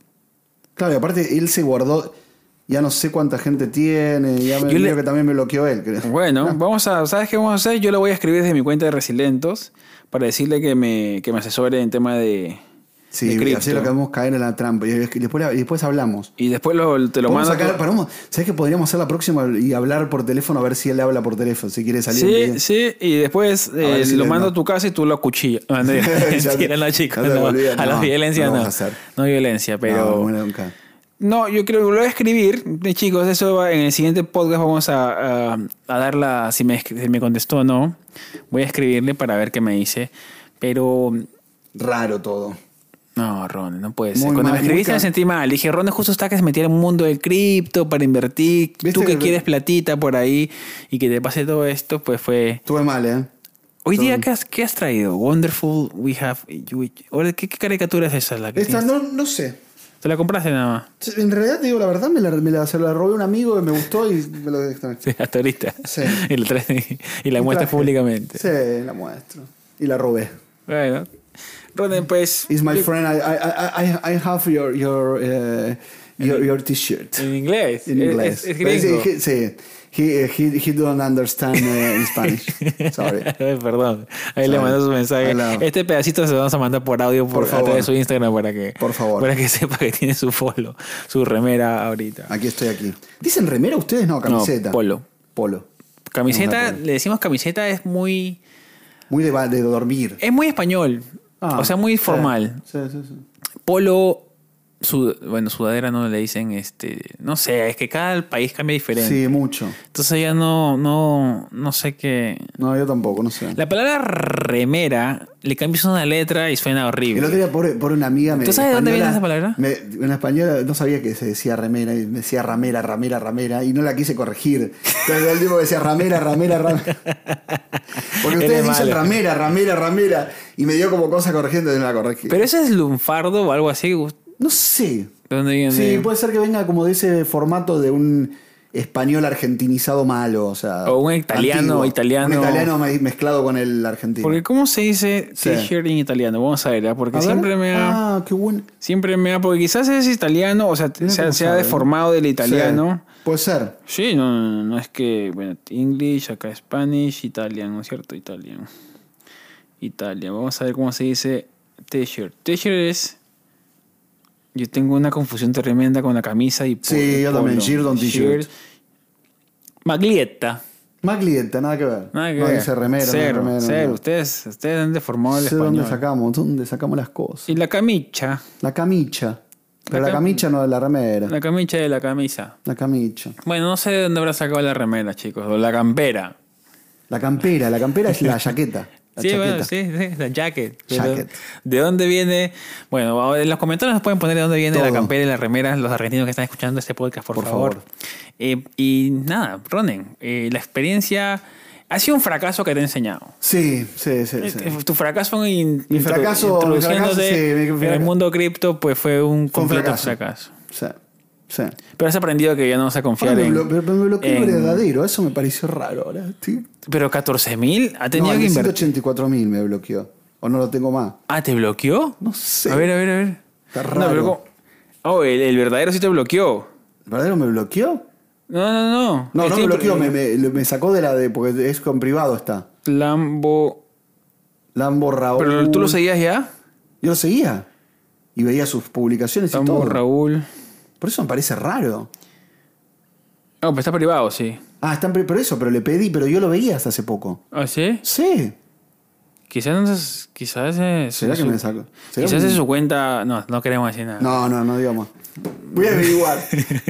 Speaker 2: Claro, y aparte él se guardó. Ya no sé cuánta gente tiene. Ya me
Speaker 1: Yo le-
Speaker 2: creo que también me bloqueó él. creo.
Speaker 1: Bueno, vamos a. ¿Sabes qué vamos a hacer? Yo le voy a escribir desde mi cuenta de Resilentos para decirle que me, que me asesore en tema de. de
Speaker 2: Sí,
Speaker 1: cripto.
Speaker 2: así lo que vamos a caer en la trampa. Y después, y después hablamos.
Speaker 1: Y después lo- te lo
Speaker 2: Podemos
Speaker 1: mando.
Speaker 2: sacar- paramos. ¿Sabes que podríamos hacer la próxima y hablar por teléfono a ver si él habla por teléfono? Si quiere salir. del video?
Speaker 1: Sí, sí, y después
Speaker 2: ver
Speaker 1: eh,
Speaker 2: si
Speaker 1: lo
Speaker 2: le-
Speaker 1: mando
Speaker 2: no.
Speaker 1: a tu casa y tú lo cuchillas. [laughs]
Speaker 2: [laughs]
Speaker 1: No, no,
Speaker 2: Ya te-
Speaker 1: mentira, no, chicos,
Speaker 2: no te
Speaker 1: no.
Speaker 2: olvides,
Speaker 1: a la
Speaker 2: no,
Speaker 1: violencia
Speaker 2: no lo
Speaker 1: no. No,
Speaker 2: vamos a hacer.
Speaker 1: violencia, pero.
Speaker 2: No, bueno, nunca.
Speaker 1: No, yo creo que lo voy a escribir. Eh, Chicos, eso va- en el siguiente podcast vamos a, a, a dar la. Si me, escri- si me contestó o no, voy a escribirle para ver qué me dice. Pero.
Speaker 2: Raro todo.
Speaker 1: No, Ron, no puede ser.
Speaker 2: Muy
Speaker 1: Cuando
Speaker 2: mal,
Speaker 1: me escribiste
Speaker 2: muy
Speaker 1: me
Speaker 2: ca-
Speaker 1: sentí mal. Dije, Ron justo está que se metiera en un mundo del cripto para invertir.
Speaker 2: ¿Viste
Speaker 1: Tú que
Speaker 2: que-
Speaker 1: quieres platita por ahí y que te pase todo esto, pues fue.
Speaker 2: Estuve mal, ¿eh?
Speaker 1: Hoy día, ¿qué has, qué has traído? Wonderful, we have. you- Ahora, ¿qué, qué caricatura es esa? La que
Speaker 2: Esta
Speaker 1: tienes?
Speaker 2: no, no sé.
Speaker 1: ¿Te la compraste nada más?
Speaker 2: En realidad, te digo la verdad, me la, me la- se la robé a un amigo que me gustó y me lo extrañé.
Speaker 1: [laughs] Sí, hasta ahorita.
Speaker 2: Sí.
Speaker 1: [laughs] Y la, traes- y la muestras
Speaker 2: traje.
Speaker 1: públicamente.
Speaker 2: Sí, la muestro. Y la robé.
Speaker 1: Bueno. Ronen, pues.
Speaker 2: It's my friend, I, I, I- I, I have your, your, eh, your, your t-shirt.
Speaker 1: En inglés.
Speaker 2: In
Speaker 1: Es- Eh,
Speaker 2: inglés.
Speaker 1: Es, es
Speaker 2: Pero
Speaker 1: gringo.
Speaker 2: he- sí. He, eh, he, he don't understand eh, in
Speaker 1: [laughs]
Speaker 2: Spanish. Sorry.
Speaker 1: Ay, Perdón. Ahí
Speaker 2: Sorry.
Speaker 1: le mandó su
Speaker 2: I love-
Speaker 1: mensaje. Este pedacito se lo vamos a mandar por audio por,
Speaker 2: Por
Speaker 1: a través
Speaker 2: favor.
Speaker 1: de su Instagram para que,
Speaker 2: Por favor.
Speaker 1: para que [laughs] sepa que tiene su polo, su remera ahorita.
Speaker 2: Aquí estoy aquí. ¿Dicen remera ustedes? No, camiseta.
Speaker 1: polo.
Speaker 2: Polo.
Speaker 1: Camiseta,
Speaker 2: No, no,
Speaker 1: le decimos camiseta, es muy.
Speaker 2: Muy de, ba- de dormir.
Speaker 1: Es muy español.
Speaker 2: Ah,
Speaker 1: o sea, muy
Speaker 2: sí.
Speaker 1: formal.
Speaker 2: Sí, sí, sí.
Speaker 1: Polo. su- bueno, sudadera no le dicen este. No sé, es que cada país cambia diferente.
Speaker 2: Sí, mucho.
Speaker 1: Entonces ya no, no, no sé qué.
Speaker 2: No, yo tampoco, no sé.
Speaker 1: La palabra remera le cambias una letra y suena
Speaker 2: El otro
Speaker 1: horrible.
Speaker 2: día, por, por una amiga me.
Speaker 1: ¿Tú sabes de dónde viene esa palabra?
Speaker 2: me- una española no sabía que se decía remera, y me decía ramera, ramera, ramera, y no la quise corregir. Entonces el tipo me decía ramera, ramera, ramera. Porque
Speaker 1: Eres
Speaker 2: ustedes dicen
Speaker 1: malo.
Speaker 2: ramera, ramera, ramera, y me dio como cosa corrigiendo y no la corregí.
Speaker 1: Pero eso es lunfardo o algo así. ¿De
Speaker 2: no sé.
Speaker 1: dónde viene?
Speaker 2: Sí, puede ser que venga como de ese formato de un español argentinizado malo, o sea.
Speaker 1: O un italiano, italiano.
Speaker 2: Un italiano me- mezclado con el argentino.
Speaker 1: Porque ¿cómo se dice
Speaker 2: Sí.
Speaker 1: t-shirt en italiano? Vamos a ver, ¿ah? porque
Speaker 2: A ver.
Speaker 1: siempre me ha...
Speaker 2: Ah, qué bueno.
Speaker 1: Siempre me ha... Porque quizás es italiano, o sea,
Speaker 2: Mira
Speaker 1: se,
Speaker 2: cómo
Speaker 1: se ha
Speaker 2: sabe.
Speaker 1: deformado del italiano.
Speaker 2: Sí, puede ser.
Speaker 1: Sí, no, no, no, no, es que... Bueno, English, acá Spanish, Italian, ¿no es cierto? Italian. Italia. Vamos a ver cómo se dice T-shirt. T-shirt es. Yo tengo una confusión tremenda con la camisa y.
Speaker 2: Sí,
Speaker 1: polo.
Speaker 2: yo también, shirt con t-shirt.
Speaker 1: Maglietta.
Speaker 2: Maglienta, este, nada que ver.
Speaker 1: Nada que
Speaker 2: no
Speaker 1: ver.
Speaker 2: dice remera. no
Speaker 1: Cero,
Speaker 2: remera,
Speaker 1: cero.
Speaker 2: no.
Speaker 1: Ustedes, ustedes han deformado el
Speaker 2: Sé dónde
Speaker 1: español.
Speaker 2: sacamos, dónde sacamos las cosas.
Speaker 1: Y la camicha.
Speaker 2: La camicha. Pero la,
Speaker 1: cam-
Speaker 2: camicha no es la remera. La,
Speaker 1: La camicha de la camisa.
Speaker 2: camicha.
Speaker 1: Bueno, no sé de dónde habrá sacado la remera, chicos. O la campera.
Speaker 2: La campera, la campera
Speaker 1: [laughs]
Speaker 2: es la jaqueta. La
Speaker 1: sí,
Speaker 2: chaqueta.
Speaker 1: bueno, sí, sí, la jacket. Pero,
Speaker 2: Jacket.
Speaker 1: ¿De dónde viene? Bueno, en los comentarios nos pueden poner de dónde viene la
Speaker 2: Todo.
Speaker 1: campera y la remera, los argentinos que están escuchando este podcast, por,
Speaker 2: Por
Speaker 1: favor.
Speaker 2: favor.
Speaker 1: Eh, y nada, Ronen, eh, la experiencia ha sido un fracaso que te he enseñado.
Speaker 2: Sí, sí, sí. sí.
Speaker 1: Eh, Tu fracaso en
Speaker 2: Mi fracaso- mi
Speaker 1: introduciéndote
Speaker 2: fracaso, sí, mi
Speaker 1: en el
Speaker 2: fracaso.
Speaker 1: mundo cripto pues fue un
Speaker 2: Fue un
Speaker 1: completo
Speaker 2: fracaso.
Speaker 1: fracaso.
Speaker 2: sí, sí.
Speaker 1: Pero has aprendido que ya no vas a
Speaker 2: Ahora
Speaker 1: confiar
Speaker 2: me,
Speaker 1: en...
Speaker 2: blo- pero me bloqueo
Speaker 1: en-
Speaker 2: verdadero, eso me pareció raro ahora. Sí.
Speaker 1: Pero 14 mil, ha
Speaker 2: No,
Speaker 1: tenido
Speaker 2: el
Speaker 1: que
Speaker 2: de
Speaker 1: invertir.
Speaker 2: 184.000 me bloqueó. O no lo tengo más.
Speaker 1: Ah, ¿te bloqueó?
Speaker 2: No sé.
Speaker 1: A ver, a ver, a ver.
Speaker 2: Está
Speaker 1: No, pero
Speaker 2: raro.
Speaker 1: ¿cómo? Oh, el, el verdadero sí te bloqueó.
Speaker 2: ¿Verdadero me bloqueó?
Speaker 1: No, no, no. Este
Speaker 2: No,
Speaker 1: El
Speaker 2: no me
Speaker 1: tipo-
Speaker 2: bloqueó, me, me- me sacó de la de. porque es con privado está.
Speaker 1: Lambo.
Speaker 2: Lambo Raúl.
Speaker 1: Pero tú lo seguías ya.
Speaker 2: Yo lo seguía. Y veía sus publicaciones y
Speaker 1: Lambo,
Speaker 2: todo.
Speaker 1: Raúl.
Speaker 2: Por eso me parece raro.
Speaker 1: Ah, pues está privado, sí.
Speaker 2: Ah, están pre- pero eso, pero le pedí, pero yo lo veía hasta hace poco.
Speaker 1: ¿Ah, sí?
Speaker 2: Sí.
Speaker 1: Quizás. Quizás. es-
Speaker 2: ¿Será que
Speaker 1: su-
Speaker 2: me sacó? ¿Será
Speaker 1: Quizás
Speaker 2: un-
Speaker 1: es su cuenta. No, no queremos decir nada.
Speaker 2: No, no, no digamos. Voy a
Speaker 1: [laughs]
Speaker 2: averiguar.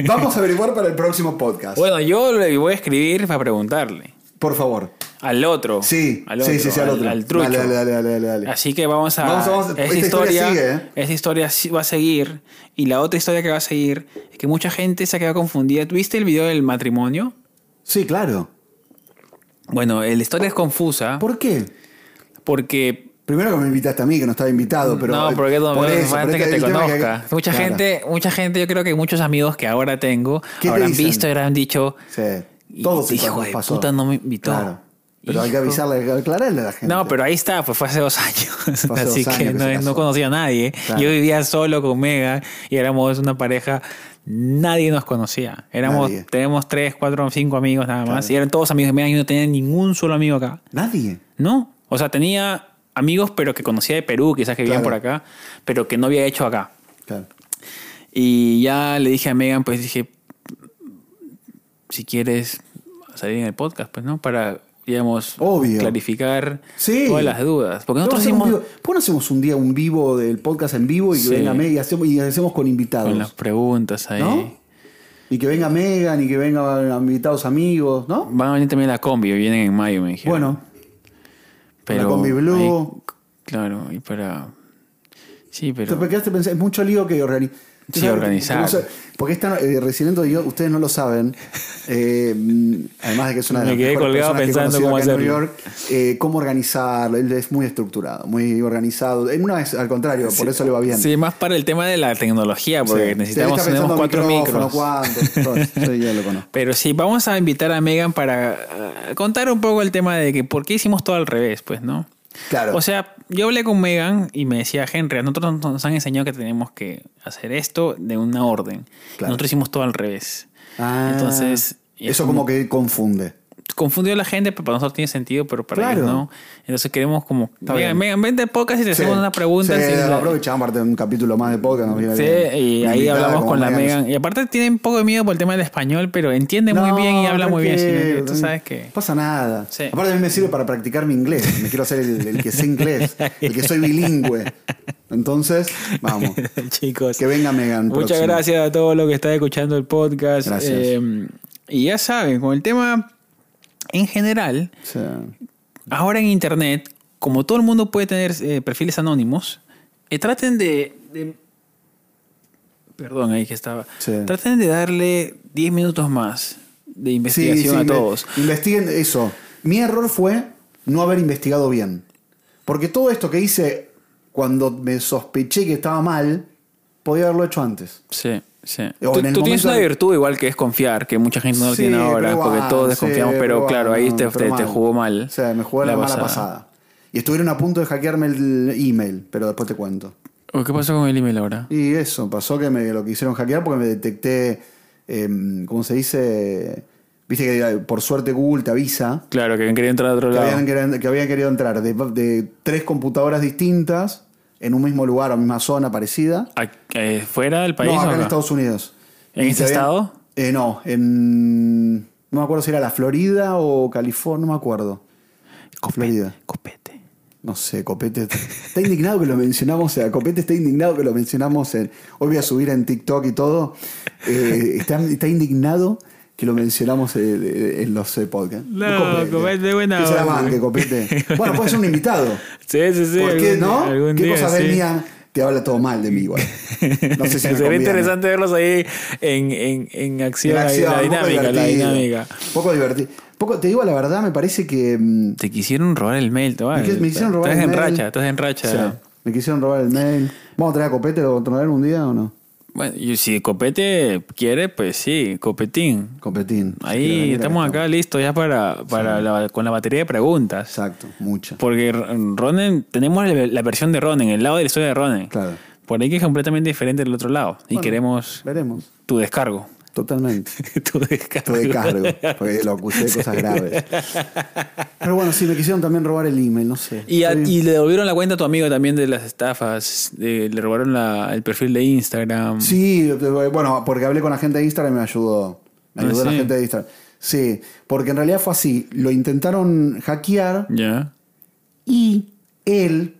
Speaker 2: Vamos a averiguar para el próximo podcast.
Speaker 1: Bueno, yo le voy a escribir para preguntarle.
Speaker 2: Por favor.
Speaker 1: Al otro.
Speaker 2: Sí,
Speaker 1: al otro,
Speaker 2: sí, sí, sí, al otro.
Speaker 1: trucho.
Speaker 2: Dale, dale, dale, dale, dale, dale.
Speaker 1: Así que vamos a.
Speaker 2: Vamos, vamos,
Speaker 1: esa
Speaker 2: esta
Speaker 1: historia,
Speaker 2: historia sigue, ¿eh?
Speaker 1: esa historia sí va a seguir. Y la otra historia que va a seguir es que mucha gente se ha quedado confundida. ¿Tuviste el video del matrimonio?
Speaker 2: Sí, claro.
Speaker 1: Bueno, la historia es confusa
Speaker 2: ¿Por qué?
Speaker 1: porque.
Speaker 2: Primero que me invitaste a mí, que no estaba invitado, pero.
Speaker 1: no, porque no, no,
Speaker 2: por eso,
Speaker 1: antes
Speaker 2: pero
Speaker 1: que
Speaker 2: este-
Speaker 1: te
Speaker 2: el tema que-
Speaker 1: conozca. Mucha
Speaker 2: Claro.
Speaker 1: gente, mucha gente, yo creo que muchos amigos que ahora tengo
Speaker 2: ¿Qué te
Speaker 1: habrán
Speaker 2: dicen?
Speaker 1: visto y habrán dicho.
Speaker 2: Sí.
Speaker 1: Y-
Speaker 2: Todo se
Speaker 1: hijo de
Speaker 2: pasó.
Speaker 1: puta, no me invitó.
Speaker 2: Claro. Pero hay que
Speaker 1: Hijo.
Speaker 2: avisarle, hay que aclararle a la gente.
Speaker 1: No, pero ahí está, pues fue hace dos [laughs] años.
Speaker 2: Fue hace
Speaker 1: Así
Speaker 2: dos
Speaker 1: que,
Speaker 2: años que
Speaker 1: no,
Speaker 2: se
Speaker 1: no
Speaker 2: casó.
Speaker 1: conocía a nadie.
Speaker 2: Claro.
Speaker 1: Yo vivía solo con Mega y éramos una pareja. Nadie nos conocía. Éramos,
Speaker 2: Nadie.
Speaker 1: tenemos tres, cuatro, cinco amigos nada más. Y eran todos amigos de Mega. Yo no tenía ningún solo amigo acá.
Speaker 2: Nadie.
Speaker 1: No. O sea, tenía amigos, pero que conocía de Perú, quizás que vivían
Speaker 2: Claro.
Speaker 1: por acá, pero que no había hecho acá.
Speaker 2: Claro.
Speaker 1: Y ya le dije a Megan, pues dije, si quieres salir en el podcast, pues, ¿no? Para, digamos,
Speaker 2: Obvio.
Speaker 1: clarificar
Speaker 2: Sí.
Speaker 1: todas las dudas. Porque nosotros
Speaker 2: Vamos a
Speaker 1: hicimos
Speaker 2: hacer un vivo- ¿Por qué no hacemos un día un vivo del podcast en vivo y que
Speaker 1: Sí.
Speaker 2: venga Mega y hacemos, y hacemos con invitados?
Speaker 1: con las preguntas ahí.
Speaker 2: ¿No? Y que venga Megan y que vengan invitados amigos, ¿no?
Speaker 1: Van a venir también la combi, vienen en mayo, me dijeron.
Speaker 2: Bueno,
Speaker 1: pero
Speaker 2: la combi Blue.
Speaker 1: ahí- claro, y para... Sí, pero...
Speaker 2: te quedaste pensando, es mucho lío que organi-
Speaker 1: Sí,
Speaker 2: ¿Sabes?
Speaker 1: organizar.
Speaker 2: Porque no sé- Porque están eh, recién yo, ustedes no lo saben. eh, mm, además de que es una de
Speaker 1: Me
Speaker 2: las
Speaker 1: quedé
Speaker 2: mejores
Speaker 1: colgado
Speaker 2: personas que he
Speaker 1: pensando
Speaker 2: conocido
Speaker 1: cómo
Speaker 2: acá en New
Speaker 1: hacerlo.
Speaker 2: York, eh, cómo organizarlo. Él es muy estructurado, muy organizado. En una vez, al contrario, por eso le va bien.
Speaker 1: Sí, más para el tema de la tecnología, porque
Speaker 2: Sí.
Speaker 1: necesitamos
Speaker 2: Sí, él está
Speaker 1: tenemos
Speaker 2: pensando
Speaker 1: cuatro
Speaker 2: micrófono,
Speaker 1: micros.
Speaker 2: cuánto,
Speaker 1: [laughs]
Speaker 2: todo. Sí, ya lo conozco.
Speaker 1: Pero sí, vamos a invitar a Megan para eh, contar un poco el tema de que por qué hicimos todo al revés, pues, ¿no?
Speaker 2: Claro.
Speaker 1: O sea, yo hablé con Megan y me decía, Henry, a nosotros nos han enseñado que tenemos que hacer esto de una orden.
Speaker 2: Claro.
Speaker 1: Nosotros hicimos todo al revés.
Speaker 2: Ah,
Speaker 1: Entonces, y es
Speaker 2: Eso como que confunde.
Speaker 1: Confundió a la gente, pero para nosotros tiene sentido, pero para
Speaker 2: Claro.
Speaker 1: ellos no. Entonces queremos como,
Speaker 2: Está
Speaker 1: Megan,
Speaker 2: bien.
Speaker 1: Megan, vente al podcast y te
Speaker 2: Sí.
Speaker 1: hacemos una pregunta.
Speaker 2: Sí,
Speaker 1: sin la-
Speaker 2: aprovechamos aparte de un capítulo más de podcast. nos viene
Speaker 1: Sí,
Speaker 2: bien.
Speaker 1: y
Speaker 2: Una
Speaker 1: ahí
Speaker 2: invitada
Speaker 1: hablamos
Speaker 2: como
Speaker 1: con la Megan.
Speaker 2: Megan.
Speaker 1: Y aparte tiene un poco de miedo por el tema del español, pero entiende
Speaker 2: No,
Speaker 1: muy bien y habla muy bien. así que
Speaker 2: tranquilo,
Speaker 1: tú sabes
Speaker 2: [laughs]
Speaker 1: que...
Speaker 2: Pasa nada.
Speaker 1: Sí.
Speaker 2: Aparte, a mí me sirve para practicar mi inglés. Me quiero hacer el, el que sé inglés, el que soy bilingüe. Entonces,
Speaker 1: [laughs]
Speaker 2: vamos.
Speaker 1: Chicos,
Speaker 2: Que venga Megan.
Speaker 1: muchas
Speaker 2: próximo.
Speaker 1: gracias a todos los que están escuchando el podcast.
Speaker 2: Gracias.
Speaker 1: Eh, y ya saben, con el tema en general,
Speaker 2: Sí.
Speaker 1: ahora en Internet, como todo el mundo puede tener eh, perfiles anónimos, eh, traten de, de- Perdón, ahí que estaba.
Speaker 2: Sí.
Speaker 1: Traten de darle 10 minutos más de investigación a
Speaker 2: inve-
Speaker 1: todos.
Speaker 2: Investiguen eso. Mi error fue no haber investigado bien. Porque todo esto que hice cuando me sospeché que estaba mal, podía haberlo hecho antes.
Speaker 1: Sí, sí.
Speaker 2: O
Speaker 1: Tú,
Speaker 2: en el
Speaker 1: tú tienes
Speaker 2: momento
Speaker 1: una
Speaker 2: de-
Speaker 1: virtud igual que es confiar, que mucha gente no lo
Speaker 2: Sí,
Speaker 1: tiene ahora,
Speaker 2: pero
Speaker 1: porque
Speaker 2: bueno,
Speaker 1: todos
Speaker 2: sí,
Speaker 1: desconfiamos, pero, claro, ahí
Speaker 2: bueno,
Speaker 1: te,
Speaker 2: pero
Speaker 1: te, te jugó mal.
Speaker 2: O sea, me jugó la, mala pasada. Y estuvieron a punto de hackearme el email, pero después te cuento.
Speaker 1: Oh, ¿Qué pasó con el email ahora?
Speaker 2: Y eso, pasó que me lo quisieron hackear porque me detecté, em, ¿cómo se dice? Viste que eh, por suerte Google te avisa
Speaker 1: Claro, que quería entrar a otro
Speaker 2: que
Speaker 1: lado.
Speaker 2: habían, quer- que habían querido entrar de, de tres computadoras distintas en un mismo lugar o misma zona parecida.
Speaker 1: ¿A- eh, ¿Fuera del país?
Speaker 2: no, acá
Speaker 1: o
Speaker 2: en
Speaker 1: acá?
Speaker 2: Estados Unidos.
Speaker 1: ¿En
Speaker 2: Y
Speaker 1: este
Speaker 2: te habían-
Speaker 1: estado?
Speaker 2: Eh, no, en... No me acuerdo si era la Florida o California, no me acuerdo. Florida.
Speaker 1: Copete.
Speaker 2: No sé, Copete. Está indignado que lo mencionamos. O sea, Copete está indignado que lo mencionamos. En, hoy voy a subir en TikTok y todo. Eh, está, está indignado que lo mencionamos eh, de- de- en los eh, podcasts.
Speaker 1: No, Copete, buena
Speaker 2: Que se la
Speaker 1: onda. [laughs]
Speaker 2: banque, Copete. Bueno, puede ser un invitado.
Speaker 1: Sí, sí, sí.
Speaker 2: ¿Por qué
Speaker 1: algún-
Speaker 2: no?
Speaker 1: algún
Speaker 2: ¿Qué
Speaker 1: día,
Speaker 2: cosa
Speaker 1: sí.
Speaker 2: venía? Te habla todo mal de
Speaker 1: [laughs]
Speaker 2: mí igual. No sé si me
Speaker 1: Sería
Speaker 2: conviene.
Speaker 1: interesante verlos ahí en, en, en acción,
Speaker 2: En
Speaker 1: ahí, la
Speaker 2: acción, un poco
Speaker 1: dinámica, la
Speaker 2: divertido.
Speaker 1: dinámica.
Speaker 2: Un poco divertido. Poco, te digo la verdad, me parece que... mm,
Speaker 1: Te quisieron robar el mail,
Speaker 2: Me
Speaker 1: Tobal.
Speaker 2: quis- me quisieron robar
Speaker 1: estás en
Speaker 2: el mail.
Speaker 1: racha, estás en racha.
Speaker 2: sí, me quisieron robar el mail. ¿Vamos a traer a Copete? ¿Lo traer un día o no?
Speaker 1: Bueno, y si Copete quiere, pues sí, Copetín.
Speaker 2: Copetín. Sí, la
Speaker 1: Ahí
Speaker 2: verdad
Speaker 1: estamos
Speaker 2: que
Speaker 1: acá listos ya para, para la- con la batería de preguntas.
Speaker 2: Exacto, mucha.
Speaker 1: Porque R- Ronen, tenemos la, la versión de Ronen, el lado de la historia de Ronen.
Speaker 2: Claro.
Speaker 1: Por ahí que es completamente diferente del otro lado. Y queremos
Speaker 2: Veremos.
Speaker 1: tu
Speaker 2: [laughs]
Speaker 1: descargo.
Speaker 2: Totalmente.
Speaker 1: tu descargo.
Speaker 2: Estoy de cargo, porque lo acusé de cosas graves. [laughs] Pero bueno, sí, me quisieron también robar el email, no sé.
Speaker 1: Y, a-
Speaker 2: Estoy-
Speaker 1: y le devolvieron la cuenta a tu amigo también de las estafas. de- le robaron la- el perfil de Instagram.
Speaker 2: Sí, bueno, porque hablé con la gente de Instagram y me ayudó. Me
Speaker 1: Ah,
Speaker 2: ayudó la
Speaker 1: sí.
Speaker 2: gente de Instagram. Sí, porque en realidad fue así. Lo intentaron hackear
Speaker 1: Ya.
Speaker 2: y él,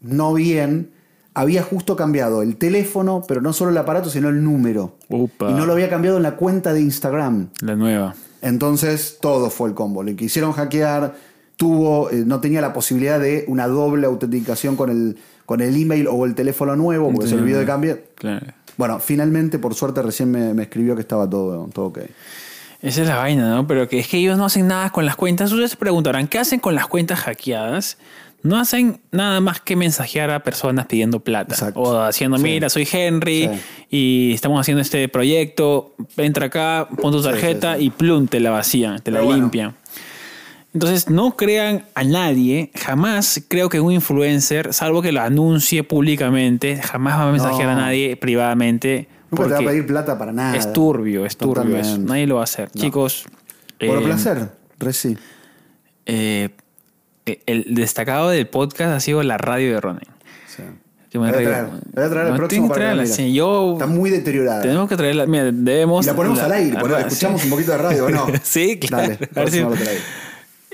Speaker 2: no bien, había justo cambiado el teléfono, pero no solo el aparato, sino el número.
Speaker 1: Upa.
Speaker 2: Y no lo había cambiado en la cuenta de Instagram.
Speaker 1: La nueva.
Speaker 2: Entonces todo fue el combo. Le quisieron hackear, tuvo, eh, no tenía la posibilidad de una doble autenticación con el, con el email o el teléfono nuevo, porque se
Speaker 1: Entiendo.
Speaker 2: olvidó de cambiar.
Speaker 1: Claro.
Speaker 2: Bueno, finalmente, por suerte, recién me, me escribió que estaba todo, todo ok.
Speaker 1: Esa es la vaina, ¿no? Pero que es que ellos no hacen nada con las cuentas. Ustedes se preguntarán, ¿qué hacen con las cuentas hackeadas? No hacen nada más que mensajear a personas pidiendo plata.
Speaker 2: Exacto.
Speaker 1: O haciendo,
Speaker 2: Sí.
Speaker 1: mira, soy Henry
Speaker 2: Sí.
Speaker 1: y estamos haciendo este proyecto. Entra acá, pon tu tarjeta y plum, te la vacían, te la
Speaker 2: Pero bueno.
Speaker 1: limpian. Entonces, no crean a nadie, jamás creo que un influencer, salvo que lo anuncie públicamente, jamás va a mensajear
Speaker 2: No.
Speaker 1: a nadie privadamente.
Speaker 2: Nunca te va a
Speaker 1: porque-
Speaker 2: pedir plata para nada.
Speaker 1: es turbio, es turbio. eso.
Speaker 2: Totalmente.
Speaker 1: Nadie lo va a hacer.
Speaker 2: No.
Speaker 1: Chicos.
Speaker 2: Por
Speaker 1: eh,
Speaker 2: placer, reci.
Speaker 1: eh, el destacado del podcast ha sido la radio de Ronen.
Speaker 2: Sí.
Speaker 1: Que
Speaker 2: Voy
Speaker 1: me
Speaker 2: a
Speaker 1: río.
Speaker 2: traer, voy a traer el
Speaker 1: No,
Speaker 2: próximo
Speaker 1: tienes que
Speaker 2: para que
Speaker 1: traerla,
Speaker 2: la mires.
Speaker 1: sí, yo-
Speaker 2: Está muy deteriorada.
Speaker 1: Tenemos que traerla. Mira, debemos.
Speaker 2: Y la ponemos al aire,
Speaker 1: la- Ah,
Speaker 2: ponemos-
Speaker 1: sí.
Speaker 2: escuchamos un poquito de radio, ¿o no?
Speaker 1: [laughs] Sí, claro.
Speaker 2: Dale,
Speaker 1: A ver si-
Speaker 2: próxima lo traigo.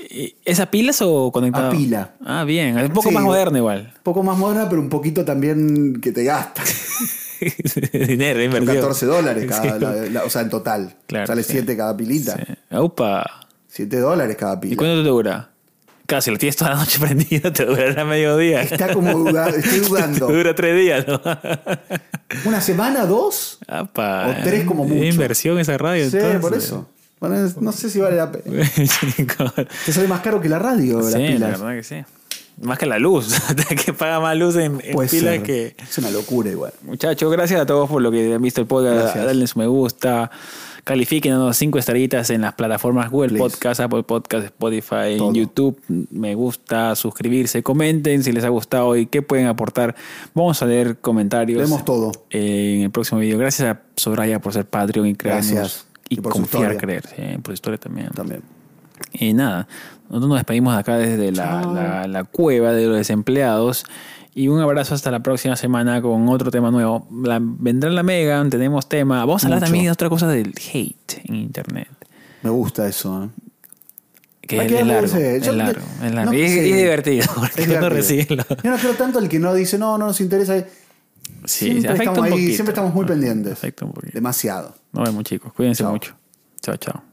Speaker 1: ¿Y ¿Es a pilas o conectado?
Speaker 2: A pila.
Speaker 1: Ah, bien. Es un poco
Speaker 2: Sí.
Speaker 1: más moderno
Speaker 2: [laughs]
Speaker 1: igual.
Speaker 2: Un poco más moderna, pero un poquito también que
Speaker 1: [laughs]
Speaker 2: te gasta.
Speaker 1: Dinero
Speaker 2: Son
Speaker 1: invertido.
Speaker 2: 14 dólares
Speaker 1: Sí.
Speaker 2: cada, la- la- o sea, en total.
Speaker 1: Claro,
Speaker 2: Sale
Speaker 1: sí.
Speaker 2: 7 cada pilita.
Speaker 1: Sí. Upa.
Speaker 2: 7 dólares cada
Speaker 1: ¿Y
Speaker 2: pila.
Speaker 1: cuánto te dura? Casi, lo tienes toda la noche [laughs] prendido, te durará mediodía.
Speaker 2: Está como duda- estoy dudando.
Speaker 1: [laughs] Te dura tres días, ¿no?
Speaker 2: ¿Una semana, dos?
Speaker 1: [laughs] Apa,
Speaker 2: O tres como
Speaker 1: es
Speaker 2: mucho.
Speaker 1: inversión esa radio.
Speaker 2: Sí,
Speaker 1: entonces.
Speaker 2: por eso. Bueno, es- no sé si vale la pena.
Speaker 1: [laughs] Chicos.
Speaker 2: Te sale más caro que la radio, las
Speaker 1: sí, la
Speaker 2: pilas.
Speaker 1: verdad que sí. Más que la luz. [laughs] que paga más luz en, en
Speaker 2: Puede
Speaker 1: pilas
Speaker 2: ser.
Speaker 1: que.
Speaker 2: Es una locura igual.
Speaker 1: Muchachos, gracias a todos por lo que han visto el podcast.
Speaker 2: Gracias.
Speaker 1: Denle su me gusta. Califiquen a cinco estrellitas en las plataformas Google
Speaker 2: Please.
Speaker 1: Podcast, Apple Podcast, Spotify,
Speaker 2: Todo.
Speaker 1: YouTube. Me gusta, suscribirse, comenten si les ha gustado y qué pueden aportar. Vamos a leer comentarios.
Speaker 2: Vemos todo.
Speaker 1: en el próximo video. Gracias a Soraya por ser Patreon y creernos
Speaker 2: Gracias.
Speaker 1: y,
Speaker 2: Y por su
Speaker 1: confiar,
Speaker 2: historia.
Speaker 1: creer. sí, por su historia también.
Speaker 2: También.
Speaker 1: Y nada, nosotros nos despedimos de acá desde la,
Speaker 2: Chao.
Speaker 1: la- la cueva de los desempleados. Y un abrazo hasta la próxima semana con otro tema nuevo. La- vendrá la Megan, tenemos tema. Vamos a hablar
Speaker 2: Mucho.
Speaker 1: también de otra cosa del hate en internet.
Speaker 2: Me
Speaker 1: [laughs]
Speaker 2: gusta eso. ¿eh?
Speaker 1: Que
Speaker 2: Hay
Speaker 1: es,
Speaker 2: que darle
Speaker 1: largo,
Speaker 2: ese-
Speaker 1: es
Speaker 2: yo-
Speaker 1: largo. es largo.
Speaker 2: no,
Speaker 1: y, es,
Speaker 2: sí.
Speaker 1: y es divertido.
Speaker 2: [laughs]
Speaker 1: Porque
Speaker 2: Es
Speaker 1: uno
Speaker 2: divertido.
Speaker 1: recibe lo-
Speaker 2: Yo no creo tanto al que no dice, no, no nos interesa.
Speaker 1: Sí,
Speaker 2: siempre
Speaker 1: afecta
Speaker 2: estamos
Speaker 1: un
Speaker 2: ahí,
Speaker 1: poquito.
Speaker 2: siempre estamos muy pendientes.
Speaker 1: Afecta un poquito.
Speaker 2: Demasiado.
Speaker 1: Nos vemos, chicos. Cuídense
Speaker 2: Chao.
Speaker 1: mucho. Chao, chao.